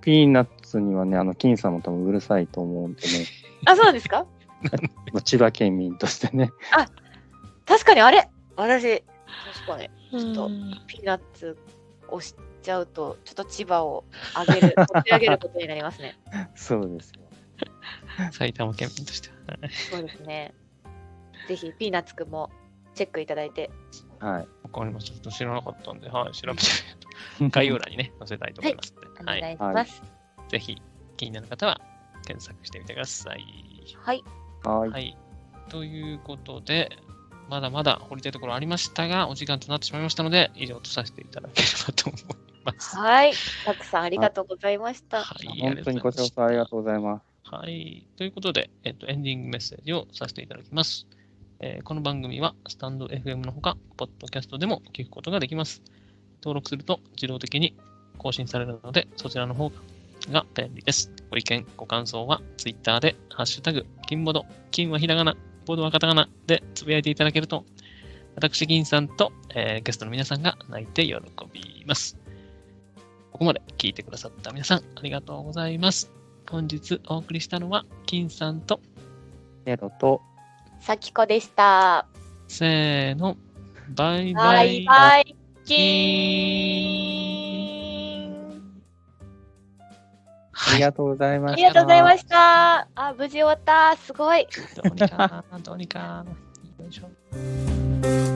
S3: ピーナッツにはね、あの、金さんも多分うるさいと思うんでね、
S2: あそうなんですか
S3: まあ千葉県民としてね、
S2: 確かにあれ私確かにちょっと
S4: うん
S2: ピーナッツをしちゃうとちょっと千葉を上 げる持ち上げることになりますね
S3: そうですよ。
S1: 埼玉県民としては。はい
S2: そうですねぜひピーナッツくんもチェックいただいて
S3: はい。
S1: わかりました。ちょっと知らなかったんで、はい、調べ てみ概要欄にね、載せたいと思いますの
S2: お
S1: で、はい
S2: 願いします
S1: ぜひ気になる方は検索してみてください。
S2: はい、
S3: はい。
S1: はい。ということで、まだまだ掘りたいところありましたが、お時間となってしまいましたので、以上とさせていただければと思います。
S2: はい、たくさんありがとうございました
S1: はい
S3: 本当にご
S1: ざいま
S3: 調
S1: した
S3: 査ありがとうございます。
S1: はい。ということで、えっと、エンディングメッセージをさせていただきます。えーこの番組は、スタンド FM のほか、ポッドキャストでも聞くことができます。登録すると自動的に更新されるので、そちらの方が便利です。ご意見、ご感想は、Twitter で、ハッシュタグ、金ボド、金はひらがな、ボドはカタカナでつぶやいていただけると、私、銀さんと、えーゲストの皆さんが泣いて喜びます。ここまで聞いてくださった皆さん、ありがとうございます。本日お送りしたのは金さんと
S3: ネロと、
S2: さきこでした
S1: せーのバイバ
S2: バ
S1: イ
S2: イバイ
S1: キ
S2: キーン
S3: あ
S1: は
S3: り
S1: い
S3: がとうございま
S2: あ
S3: し
S2: り
S3: た。
S2: がとうございましたあ無事終わったすごい
S1: どうにかどうにかよいしょ